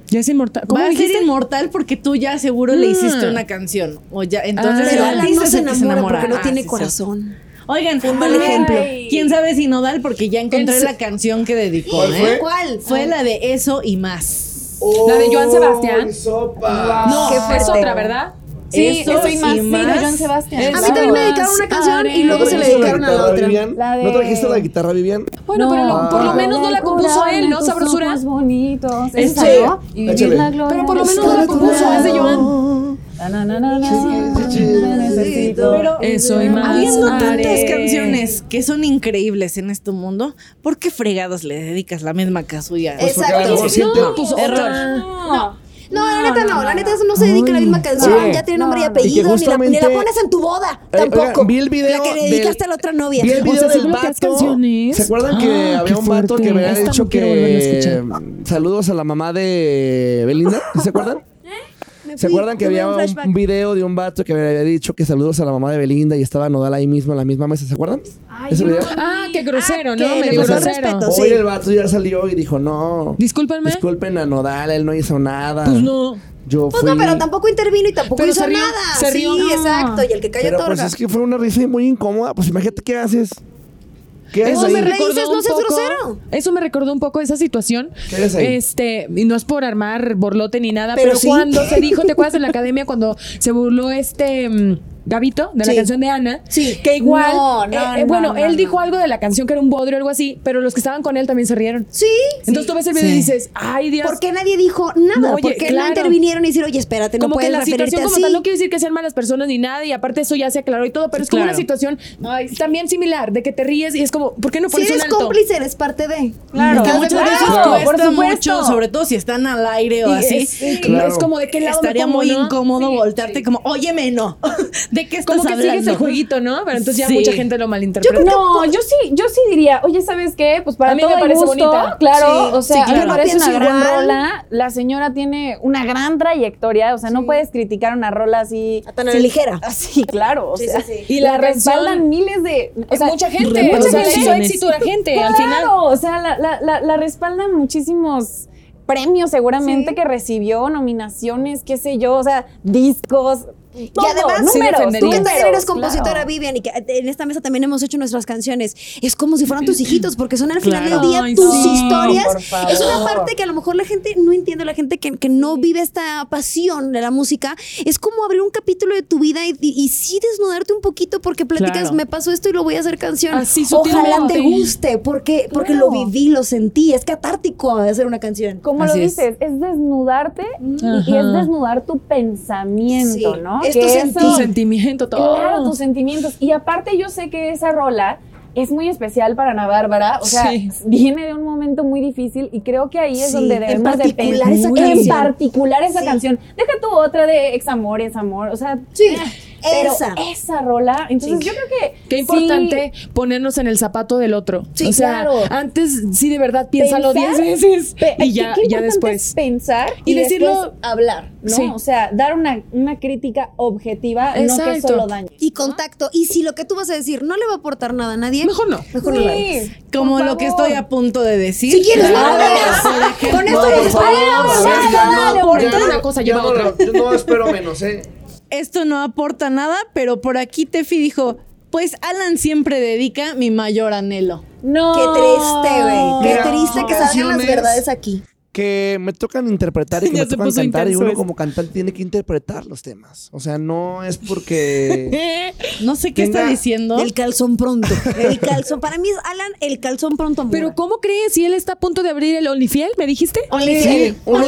Ya es inmortal. ¿Cómo va a ser dijiste? inmortal porque tú ya seguro le Mm. hiciste una canción. O ya, entonces Ah. el Pero Alan artista no es se el que enamora porque no Ah, tiene sí, sí. corazón. Oigan, Fue un mal ay, ejemplo. ¿Quién sabe si no Nodal? Porque ya encontré El- la canción que dedicó. ¿Cuál ¿eh? fue? ¿Cuál? Fue la de Eso y Más. La de Joan Sebastián. ¡Ay, Oh, sopa! No, Qué es fuerte. otra, ¿verdad? Sí, Eso eso y y más, sí, de más. Joan Sebastián. Es- A mí claro. también me dedicaron una canción y luego se le ¿Trajiste la dedicaron a la guitarra, otra. Vivian? La ¿No de- trajiste la guitarra, Vivian? Bueno, pero lo- por lo menos no la compuso él, ¿no? Tus Sabrosura. ojos bonitos. Este, Esa, ¿no? Y échale. vivir la gloria Pero por lo de menos no la estar a tu compuso, es de lado. Joan. Na, na, na, na, na, Sí, sí, sí. te necesito. Pero- Eso y más. Habiendo tantas haré. canciones que son increíbles en este mundo, ¿por qué fregados le dedicas la misma casulla? Pues porque a lo Exacto. mejor siente- No, pues Error. otra. No. No, la neta no, la neta eso no se dedica a la misma canción, Oye, ya tiene nombre y no, no. Y que apellido, ni la, ni la justamente- pones en tu boda, Eh, oigan, tampoco. vi el video La que le del- dedicaste a la otra novia. Pues Vi el video sea, ¿sí del bloqueas vato. canciones? ¿Se acuerdan que Ah, había qué un vato que fuerte. me había Esta no dicho quiero volverla a que. escuchar. Saludos a la mamá de Belinda? ¿Sí ¿Se acuerdan? ¿Eh? Me ¿Se fui, acuerdan que tuve había un, un flashback. video de un vato que me había dicho que saludos a la mamá de Belinda y estaba Nodal ahí mismo en la misma mesa? ¿Se acuerdan? ¿Ese video? Ah, qué grosero, Ah, ¿no? que Me le pasó grosero. respeto. Hoy sí. el vato ya salió y dijo, no. Discúlpenme. Disculpen a Nodal, él no hizo nada. Pues no. Yo Pues fui... no, pero tampoco intervino y tampoco Pero hizo se rió, nada. se rió. Sí, No. exacto, y el que cayó Pero otorga. pues es que fue una risa muy incómoda. Pues imagínate qué haces. ¿Qué haces Eso ahí? me Le recordó dices, un "No seas poco- grosero". Eso me recordó un poco esa situación. ¿Qué eres ahí? Este, y no es por armar borlote ni nada, Pero pero, sí. cuando se dijo, ¿te acuerdas en la academia cuando se burló este mm, Gabito de la Sí. canción de Ana? Sí. Que igual eh, No, no, no, bueno, no, él no. dijo algo de la canción que era un bodrio o algo así, pero los que estaban con él también se rieron. Sí. Entonces tú ves el video Sí. y dices, "Ay, Dios." ¿Por qué nadie dijo nada? No, oye, ¿Por qué no claro. intervinieron y dijeron, oye, espérate, no como que puedes la referirte situación como así? tal, no quiero decir que sean malas personas ni nada, y aparte eso ya se aclaró y todo, pero es como Claro. una situación también similar, de que te ríes y es como, ¿por qué no si pones eres un alto? cómplice, eres parte de. Claro. Es que muchas veces Claro, por cuesta supuesto. mucho, sobre todo si están al aire o Y así. es, claro. es como de qué lado me Estaría pongo, muy ¿no? incómodo voltearte como, óyeme, no. ¿De qué estás Como que sigues hablando? el jueguito, ¿no? Pero entonces ya Sí. mucha gente lo malinterpreta. No, yo sí, yo sí diría, oye, ¿sabes qué? Pues para A mí todo me hay parece gusto, bonita. Claro, Sí, o sea, sí, a mí claro. me parece No una gran pienso igual. rola. La señora tiene una gran trayectoria, o sea, no puedes criticar una rola así. Tan ligera. Así, claro, o Sí, sea, sí, sí. Y Y la la, respaldan canción- miles de. O Es sea, mucha gente. mucha o sea, le gente. hizo éxito a la gente al final. Claro, o sea, la, la, la- la respaldan muchísimos premios seguramente Sí. que recibió, nominaciones, qué sé yo, o sea, discos. todo, y además, números, tú Sí, que defenderías. también números, eres compositora, claro. Vivian, y que eh, en esta mesa también hemos hecho nuestras canciones, es como si fueran tus hijitos, porque son al final Claro. del día Ay, tus sí, historias. por favor. Es una parte que a lo mejor la gente no entiende, la gente que, que no vive esta pasión de la música, es como abrir un capítulo de tu vida y, y- y sí desnudarte un poquito porque platicas, Claro. me pasó esto y lo voy a hacer canción. Así Ojalá sutilmente. te guste, porque, porque Claro. lo viví, lo sentí, es catártico hacer una canción. Como Así lo es. dices, es, desnudarte y, y es Ajá. desnudar tu pensamiento, Sí, ¿no? es Que tu eso- sentir. Tu sentimiento, todo. Claro, tus sentimientos. Y aparte yo sé que esa rola es muy especial para Ana Bárbara. O sea, Sí. viene de un momento muy difícil y creo que ahí es Sí, donde en debemos de particular pensar- esa en canción. particular esa Sí. canción. Deja tu otra de Ex Amor, Ex Amor. O sea, eh, Sí, pero esa. esa rola. Entonces Sí. yo creo que... Qué sí, importante ponernos en el zapato del otro. Sí, o sea, claro. antes sí de verdad piénsalo Pensar, 10 veces pe- y ya, qué ya importante es después. pensar Y y, decirlo- después hablar, ¿no? Sí. O sea, dar una, una crítica objetiva, no que Exacto. solo dañe. y contacto. Y si lo que tú vas a decir no le va a aportar nada a nadie, Mejor no. mejor no la hagas. Como por lo que favor. estoy a punto de decir. Si quieres, no la Ah, veas. por ejemplo. Con esto nos Pues, Es despedimos. que no, por yo entrar no- una cosa yo lleva no a otra. lo- Yo no espero menos, ¿eh? Esto no aporta nada, pero por aquí Tefi dijo, pues Alan siempre dedica mi mayor anhelo. No. Qué triste, güey. Qué Mira, triste son que salgan las canciones- verdades aquí. Que me tocan interpretar y que me Ya se tocan puso cantar. Y intenso uno esto. como cantante tiene que interpretar los temas. O sea, no es porque... No sé qué Venga. está diciendo. El calzón pronto. El calzón. Para mí es Alan, el calzón pronto. amor. Pero ¿cómo crees si él está a punto de abrir el Olifiel? ¿Me dijiste? Sí, uno-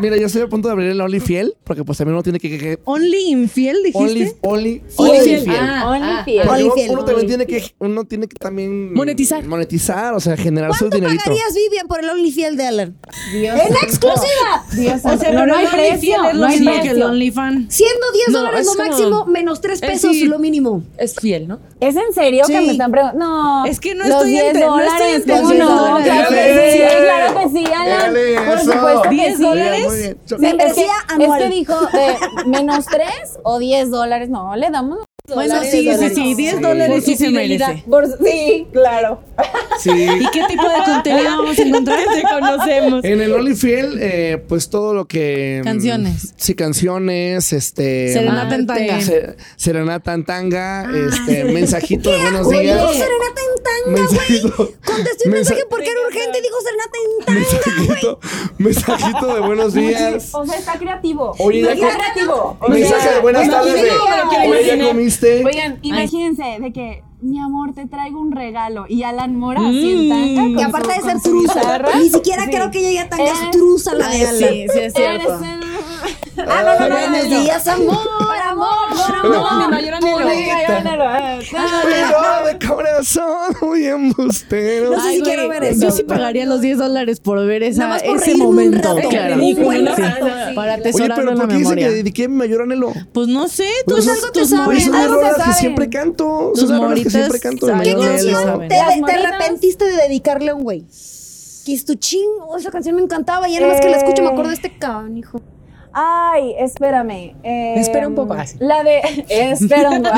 Mira, yo estoy a punto de abrir el Only Fiel, porque pues también uno tiene que... que- que- Only infiel, dijiste. only, only, Fiel. only Fiel. Fiel. Ah, Only ah, Fiel. Porque Only uno- Fiel. uno también tiene que uno tiene que también Monetizar. monetizar o sea generar su ¿Cuánto dinerito pagarías, Vivian, por el OnlyFiel de Alan? Dios ¡En exclusiva! Dios O sea, no, pero no hay el only fiel precio, es no lo hay mismo que el precio. only fan. Siendo 10 No, dólares es lo como- máximo, menos 3 es pesos decir- lo mínimo. Es fiel, ¿no? ¿Es en serio que Sí. me están preguntando? No. Es que no los estoy 10 ente- no estoy dólares, ¿cómo entendiendo. no? Claro que Dale, sí, claro que sí, Alan. dale Por eso. supuesto que 10 sí. Muy bien, dólares. muy bien. Sí, Yo- es que- Membresía anual. Es que dijo eh, menos 3 o 10 dólares. No, le damos los Bueno, dólares. sí, sí, dólares. sí, 10 Sí. dólares sí Por su se merece. fidelidad. Por- sí, claro. sí ¿Y qué tipo de contenido vamos a encontrar? Te conocemos. en el Only Fiel eh, pues todo lo que mm, Canciones. sí canciones este Serenata en Marte. tanga. se- serenata en tanga este mensajito de buenos Oye, días dijo Serenata en tanga, Mensajito. güey. Contestó un Mensa- mensaje porque era urgente. Dijo Serenata en tanga. mensajito mensajito de buenos días O sea, está creativo. Oye, ya está que- creativo. O mensaje sea, de buenas no, tardes sí, de, claro. oye ya comiste Oigan, imagínense de que, mi amor, te traigo un regalo. Y Alan Mora así en Mm. tanga con Que aparte su- de ser con su trusa, guitarra. ni siquiera Sí. creo que llegue a tan Eh, gastrusa la de Alan. Sí, sí, es cierto. Eres el- Ah, no, no, no, buenos días, amor, amor, amor. amor. mi mayor anhelo. Pero de corazón muy embustero No sé si quiero ver eso. Yo sí pagaría los 10 dólares por ver esa, Nada más por ese reírme un momento. Eh, rato. Claro. Un buen Sí. rato. Para Oye, atesorarlo pero en la ¿por qué dicen que memoria. dediqué mi mayor anhelo? Pues no sé, tú Pues sabes algo te tus sabe. Pues mores. son las algo se rolas que saben. siempre canto. Tus Son las rolas que moritas siempre canto. de saben. ¿Qué mayor Algo se anhelo. canción saben. te, Las te moritas. arrepentiste de dedicarle a un güey? Kiss tu ching. Oh, esa canción me encantaba. Y además que la escucho me acuerdo de este cabrón, hijo. Ay, espérame. eh, Espera un poco, ah, sí. La de. Espera un poco.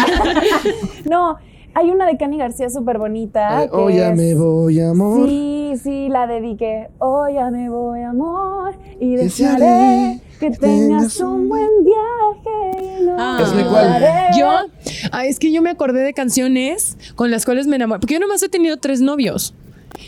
no, hay una de Cani García súper bonita. Eh, Oh, ya me voy, amor. Sí, sí, la dediqué. Oh, ya me voy, amor. Y haré desearé que tengas un buen viaje. y no Ah. Es mi cual. olvidaré. Yo, ah, es que yo me acordé de canciones con las cuales me enamoré. Porque yo nomás he tenido tres novios.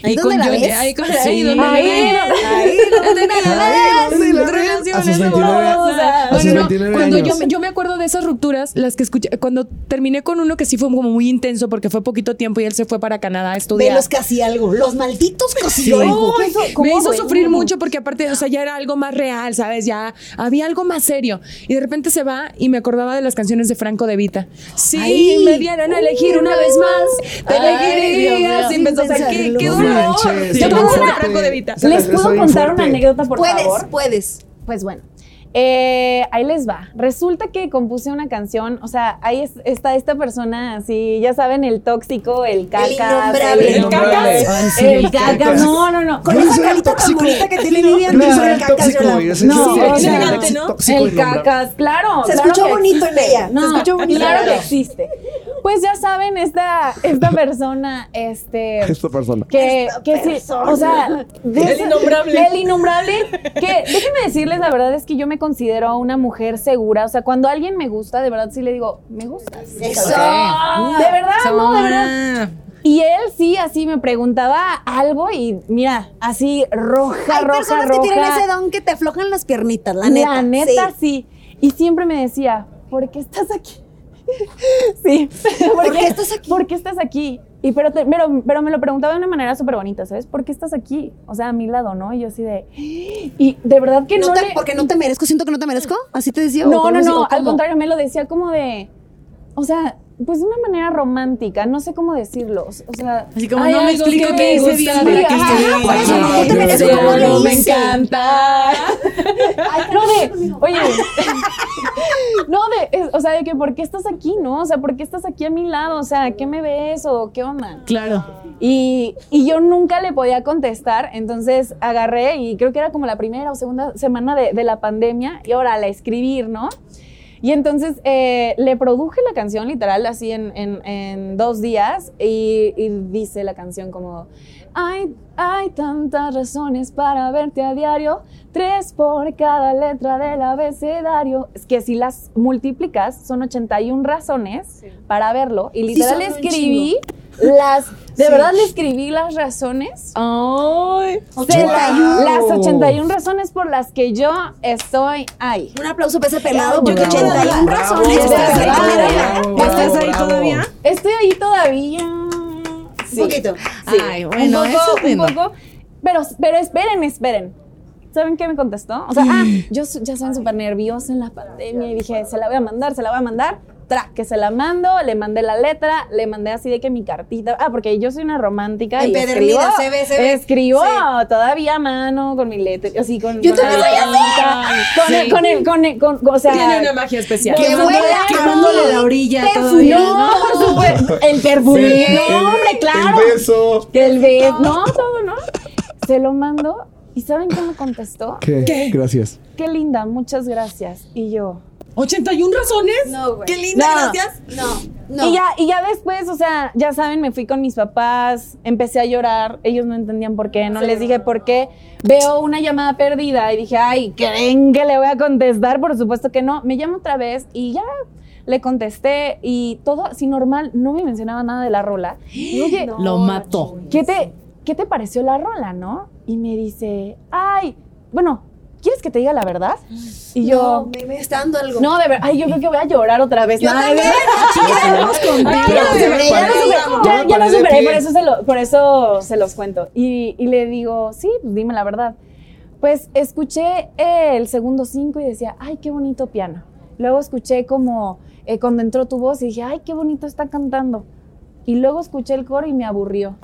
¿Ahí dónde la ves? Ahí con Sí. ahí donde la Ahí ves. Ahí Ahí donde la ves. Ahí donde la Tres ves. relaciones A sus 29 amorosas. a sus Bueno, no, 29 cuando años. yo, me- yo me acuerdo de esas rupturas, las que escuché, cuando terminé con uno que sí fue como muy intenso porque fue poquito tiempo y él se fue para Canadá a Ve estudiar. los casi algo. Los malditos casi algo. Ay, ¿Qué hizo? me ¿Cómo hizo duele? sufrir mucho porque aparte, o sea, ya era algo más real, ¿sabes? Ya había algo más serio. Y de repente se va y me acordaba de las canciones de Franco de Vita. Sí, Ay. me dieron a elegir una vez más. Te Ay, Dios elegiría mío. sin pensar. O sea, qué, Sin qué No dolor. manches, Yo está tengo muy una de fuerte. Franco de Vita. Esa ¿Les canción puedo está bien contar una fuerte. anécdota, por Puedes, favor? puedes. Pues bueno, Eh, ahí les va. Resulta que compuse una canción, o sea, ahí es- está esta persona así, ya saben, el tóxico, el cacas. innombrable. El Innombrable. cacas. Ay, sí, El el cacas. Ah, cacas. No, no, no. Con Yo esa soy el carita tan tóxico. bonita que tiene Vivian, Yo tú soy eres el el cacas, tóxico, ¿verdad? yo soy- No, yo soy o el sea, tóxico, ¿no? tóxico El innombrable. cacas, claro. Se claro escuchó que bonito en existe. ella. Se No, escuchó bonito Claro en que ella. existe. Pues ya saben, esta, esta persona, este. Esta persona. que, Esta que sí, persona. o sea, de El esa- innombrable. El innombrable, que déjenme decirles, la verdad es que yo me considero una mujer segura, o sea, cuando alguien me gusta, de verdad sí le digo, me gustas. Eso. De verdad, no, de verdad. Ah, Y él sí, así me preguntaba algo y mira, así roja, Hay roja, personas roja. que tienen ese don que te aflojan las piernitas, la La neta, neta. sí. sí. Y siempre me decía, ¿por qué estás aquí? sí. ¿Por qué estás aquí? ¿Por qué estás aquí? Y pero, te- pero, pero me lo preguntaba de una manera súper bonita, ¿sabes? ¿Por qué estás aquí? O sea, a mi lado, ¿no? Y yo así de... Y de verdad que no, No te- le- Porque no te merezco, siento que no te merezco. Así te decía. ¿O no, cómo no, así? ¿O no, al cómo? contrario, me lo decía como de... O sea, pues de una manera romántica, no sé cómo decirlo. O sea, Así como Hay no me algo que explico me qué hice gusta bien de para ti. que esté Ajá, bien. por eso, no te merezco Solo como lo me hice. encanta. no de, oye, no de, es- o sea, de que ¿por qué estás aquí, no? O sea, ¿por qué estás aquí a mi lado? O sea, ¿qué me ves o qué onda? Claro. Y, y yo nunca le podía contestar, entonces agarré y creo que era como la primera o segunda semana de, de la pandemia y ahora la escribir, ¿no? Y entonces eh, le produje la canción literal así en, en- en dos días y, y dice la canción como, hay, hay tantas razones para verte a diario, tres por cada letra del abecedario. Es que si las multiplicas son 81 razones para verlo y literal son un escribí las, de Sí. verdad le escribí las razones. Ay. de la- 81. Las 81 razones por las que yo estoy ahí. Un aplauso para ese pelado porque Bravo, 81 bravo, razones. bravo, Estás ahí bravo, todavía. bravo, ¿Estás ahí bravo. todavía? Estoy ahí todavía. Sí. Un poquito. Sí. Ay, bueno, un poco, eso es un lindo. poco. Pero, pero esperen, esperen. ¿Saben qué me contestó? O sea, ah, yo su- ya saben, súper nerviosa en la pandemia y dije, se la voy a mandar, se la voy a mandar. Tra, que se la mando, le mandé la letra, le mandé así de que mi cartita. Ah, porque yo soy una romántica. y escribo, Empedernida, se ve, se ve. Escribo Sí. todavía a mano con mi letra, así con. Yo con también la soy así. cartita, Con, el- Sí. con el, con el, con, o sea. Tiene una magia especial. Que Quemándole- huela quemándole la muy orilla perfume. todavía, No, por supuesto. El perfume. no, hombre, claro. El beso. Que el beso. No, todo, ¿no? Se lo mando. ¿Y saben qué me contestó? ¿Qué? Gracias. Qué linda, muchas gracias. Y yo. ¿81 razones? No, güey. Qué linda, No. gracias. No, no. Y, ya, y ya después, o sea, ya saben, me fui con mis papás, empecé a llorar, ellos no entendían por qué, no les dije por qué. Veo una llamada perdida y dije, ay, ¿creen que le voy a contestar? Por supuesto que no. Me llama otra vez y ya le contesté y todo así normal, no me mencionaba nada de la rola. Y dije, Lo mató. ¿qué te, ¿qué te pareció la rola, no? Y me dice, ay, bueno, ¿quieres que te diga la verdad? Y yo. yo, Me, me está dando algo. no, de verdad, ay, yo creo que voy a llorar otra vez. Yo Ay, también. Aquí ya lo hemos contado. Ay, ya lo superé, ya lo Yo superé, me ya- ya lo paré de superé, pie. por eso se, lo- por eso se los cuento. Y, y le digo, sí, pues dime la verdad. Pues escuché eh, el segundo cinco y decía, ay, qué bonito piano. Luego escuché como eh, cuando entró tu voz y dije, ay, qué bonito está cantando. Y luego escuché el coro y me aburrió.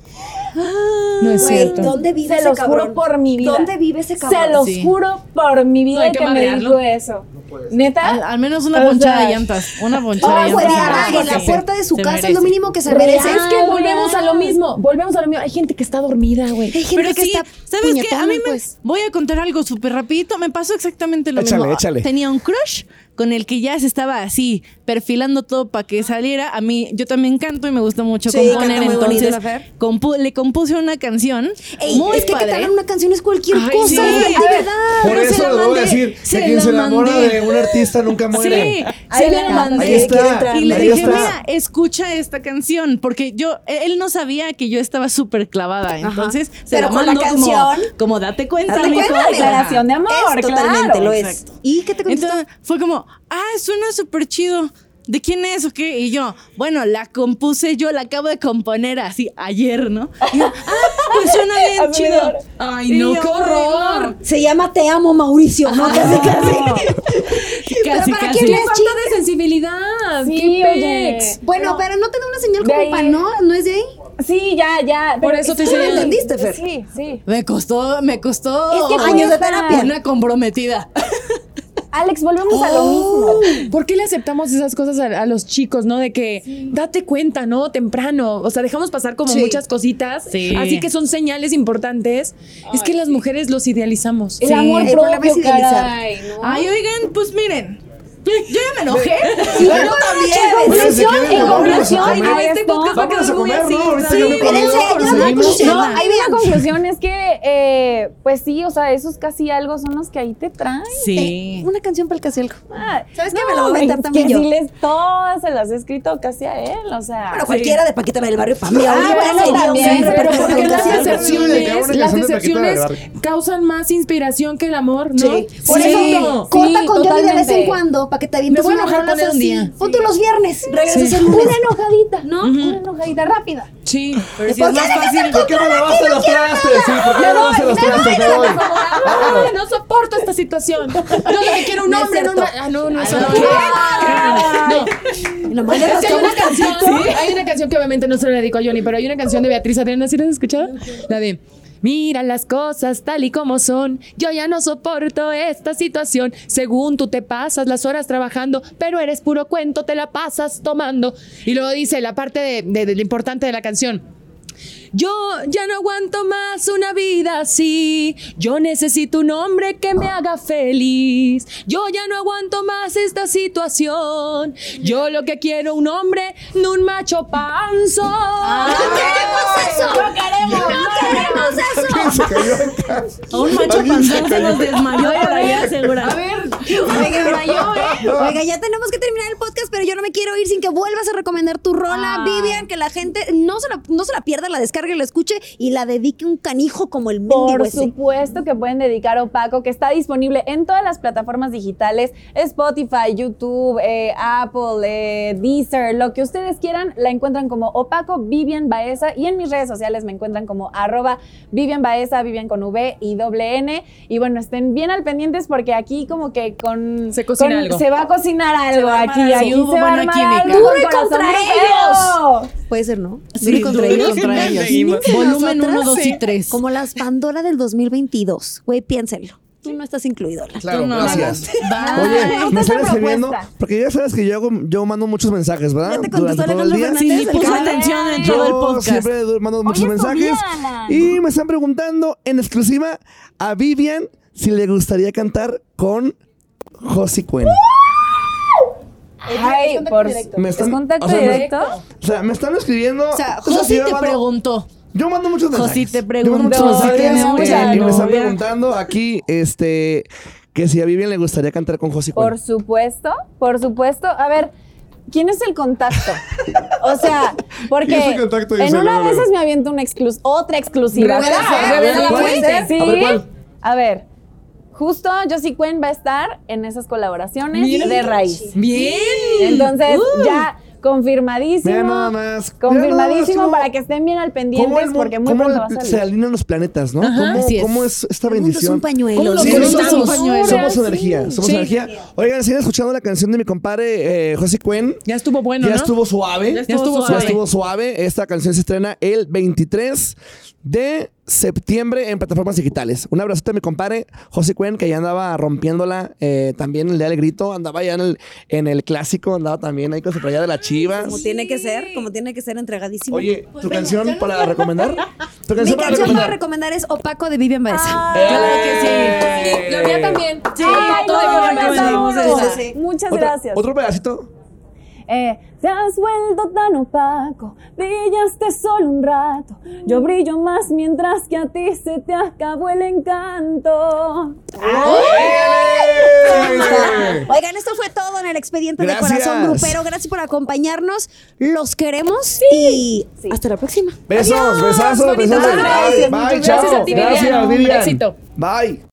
No es Güey, cierto. ¿dónde vive Se ese los cabrón? juro por mi vida. ¿Dónde vive ese Este cabrón? Se los Sí. juro por mi vida No hay que que me madrearlo. dijo eso. Neta, Al, al menos O una sea, ponchada de llantas. Una ponchada Ah, Una de güey, llantas. hueveada sí, en la sí. puerta de su Se casa merece. es lo mínimo que se merece. es que volvemos a lo mismo, volvemos a lo mismo. Hay gente que está dormida, güey. Hay gente Pero que sí, está ¿sabes qué? A mí me pues. voy a contar algo súper rapidito. Me pasó exactamente lo Échale, mismo. échale. Tenía un crush con el que ya se estaba así perfilando todo para que saliera. A mí, yo también canto y me gusta mucho Sí, componer. canta muy bonito, entonces, la Fer. compu- le compuse una canción Ey, muy es que que te padre. hagan una canción ¿eh? es cualquier Ay, cosa, sí. de A ver, verdad. Por pero se eso la les voy a mandé, decir se que quien la se enamora mandé. de un artista nunca Sí, muere. Ahí se le la mandé. mandé. Ahí está. Y le ahí dije, está. mira, escucha esta canción, porque yo, él no sabía que yo estaba súper clavada, entonces se Pero la con la mandó como- canción- Como, date cuenta, Date mijo. cuenta, declaración de amor, Es totalmente claro. lo es. Exacto. ¿Y qué te contestó? Entonces fue como, ah, suena súper chido. ¿De quién es o qué? Y yo, bueno, la compuse yo, la acabo de componer así ayer, ¿no? Y yo, ah, pues suena bien Así de chido. ahora. Ay, no, qué horror. se llama Te amo, Mauricio. ¿no? Casi, casi. Casi, para casi. quién es? falta de sensibilidad. Sí, qué oye. pex. Bueno, No. pero no te da una señal De ahí. como para no, no es de ahí. Sí, ya, ya. Por pero eso es te que- Tú lo Sí. entendiste, Fer. Sí, sí. Me costó, me costó Es que años de cuesta. terapia. una comprometida. Alex, volvemos a Oh, lo mismo. ¿Por qué le aceptamos esas cosas a, a los chicos, no? De que date cuenta, ¿no? Temprano. O sea, dejamos pasar como Sí. muchas cositas. Sí. Así que son señales importantes. es que las mujeres los idealizamos. El amor el problema es propio, idealizar. caray, ¿no? Ay, oigan, pues miren. Yo ya me enojé. Sí, yo también. Oye, se conclusión, quieren, en vámonos a conclusión, comer. a Este esto- podcast va a Vámonos a quedar muy comer, así. ¿no? Ahorita yo me Sí, como mírense, algo, yo no seguimos. concluyo. No, Ahí ahí mi vean. conclusión es que, eh, pues sí, o sea, esos casi algo son los que ahí te traen. Sí. Una canción para el casielco. Ah, ¿Sabes qué? Me lo voy a aventar es también que yo. sí les- todas se las he escrito casi a él, o sea. Bueno, cualquiera de Paquita la del barrio Pamela. Ah, bueno, Sí, también, pero pero porque porque las la canción decepciones, de las Paquita decepciones del Barrio. causan más inspiración que el amor, ¿no? Sí. Por eso corta sí, con Johnny de vez en totalmente. cuando para que te Me avientes voy a una enojar rola con él un así. día. Ponte los viernes, regresas el lunes. Una enojadita, ¿no? Una enojadita rápida. Sí. Pero si es más fácil. ¿Por qué no lavaste los trastes? Sí, ¿por qué no lavaste los trastes? Me voy. Ah, no soporto esta situación. Yo lo que quiero un hombre, no una- Ah, no, no, eso no. No. Nomás le Es que hay rascamos una canción, hay una canción que obviamente no se la dedico a Johnny, pero hay una canción de Beatriz Adriana, ¿sí la has escuchado? La de Mira las cosas tal y como son. Yo ya no soporto esta situación. Según tú te pasas las horas trabajando, pero eres puro cuento, te la pasas tomando. Y luego dice la parte de, de- de lo importante de la canción. Yo ya no aguanto más una vida así. Yo necesito un hombre que me haga feliz. Yo ya no aguanto más esta situación. Yo lo que quiero un hombre, no un macho panzo. Ah, ¡No queremos eso! ¡No queremos eso! Se cayó acá. Un macho panzón se nos desmayó por ahí, asegurado. ¿eh? Oiga, ya tenemos que terminar el podcast, pero yo no me quiero ir sin que vuelvas a recomendar tu rola, Vivian, que la gente no se la, no se la pierda, la descargue, la escuche y la dedique un canijo como el mendigo Por ese. supuesto que pueden dedicar a Opaco, que está disponible en todas las plataformas digitales, Spotify, YouTube, eh, Apple, eh, Deezer, lo que ustedes quieran, la encuentran como Opaco Vivian Baeza y en mis redes sociales me encuentran como arroba Vivian Baeza, Vivian con V y doble N. Y bueno, estén bien al pendientes porque aquí como que con... Se cocina con- algo. Se va a cocinar algo va a armar aquí, así, aquí hubo se va a buena armar química. algo ¡Duro y con corazón contra rompero. Puede ser, ¿no? Sí, contra ellos. Contra ellos. Volumen 1, 2 y 3. Como las Pandora del 2022. Güey, piénsenlo. Tú no estás incluido. la- Claro, no, gracias. Bye. esta Oye, es me la están escribiendo propuesta. porque ya sabes que yo hago, yo mando muchos mensajes, ¿verdad? Ya te contestó todo Alejandro Fernández. Sí, ni el puso cabrón. atención en todo el pues, Yo podcast. siempre du- mando muchos es tu mensajes día, Alan. y me están preguntando en exclusiva a Vivian si le gustaría cantar con Josie Cuen. Ay, por... Me están- ¿Es contacto o sea, me- directo? O sea, me están escribiendo. O sea, o sea, José yo te mando- preguntó. Yo mando muchos mensajes. Josi, te Yo mando muchos pregunto, si mensajes, tiene eh, mucha y me están novia. preguntando aquí, este, que si a Vivian le gustaría cantar con Josie Cuen. Por supuesto, por supuesto. A ver, ¿quién es el contacto? O sea, ¿Quién es porque el contacto? Yo en sé, una luego, de esas luego. me aviento una exclus otra exclusiva. Revela, ¿Puede ser? revela ¿Cuál? ¿Puede ser? A ver, Sí. ¿cuál? A ver, justo Josie Cuen va a estar en esas colaboraciones de raíz. Bien. Entonces, ya confirmadísimo. Mira nada más. Mira nada Confirmadísimo más para que estén bien al ¿Cómo pendientes el, porque muy cómo pronto el- va a salir. se alinean los planetas, ¿no? ¿Cómo, así es. cómo es esta El mundo es bendición? un pañuelo. Lo Sí, que somos, somos. somos- somos energía, somos Sí. energía. Oigan, siguen escuchando la canción de mi compadre eh, José Cuen. Ya estuvo bueno, ya ¿no? estuvo suave. Ya estuvo Ya suave. estuvo suave. Esta canción se estrena el 23 de septiembre en plataformas digitales. Un abrazote a mi compadre José Cuen, que ya andaba rompiéndola eh, también el día del grito. Andaba ya en el, en el clásico, andaba también ahí con su playa de las chivas. Como tiene que ser, como tiene que ser entregadísimo. Oye, ¿tu canción para recomendar? ¿Tu Mi canción para canción para recomendar? recomendar es Opaco de Vivian Baeza. Claro que sí. Eh. La mía también. Sí, Ay, todo no, bien me recomendamos encantó. esa. Sí, sí. Muchas Otra- gracias. ¿Otro pedacito? Eh, te has vuelto tan opaco, brillaste solo un rato. Yo brillo más mientras que a ti se te acabó el encanto. ¡Órale! Oigan, esto fue todo en el expediente de Gracias. Corazón Grupero. Gracias por acompañarnos. Los queremos y hasta la próxima. Besos, besazos, bonito besazos. tarde. Bye, Muchas chao. gracias a ti, Vivian. Gracias, Un Vivian. éxito. Bye.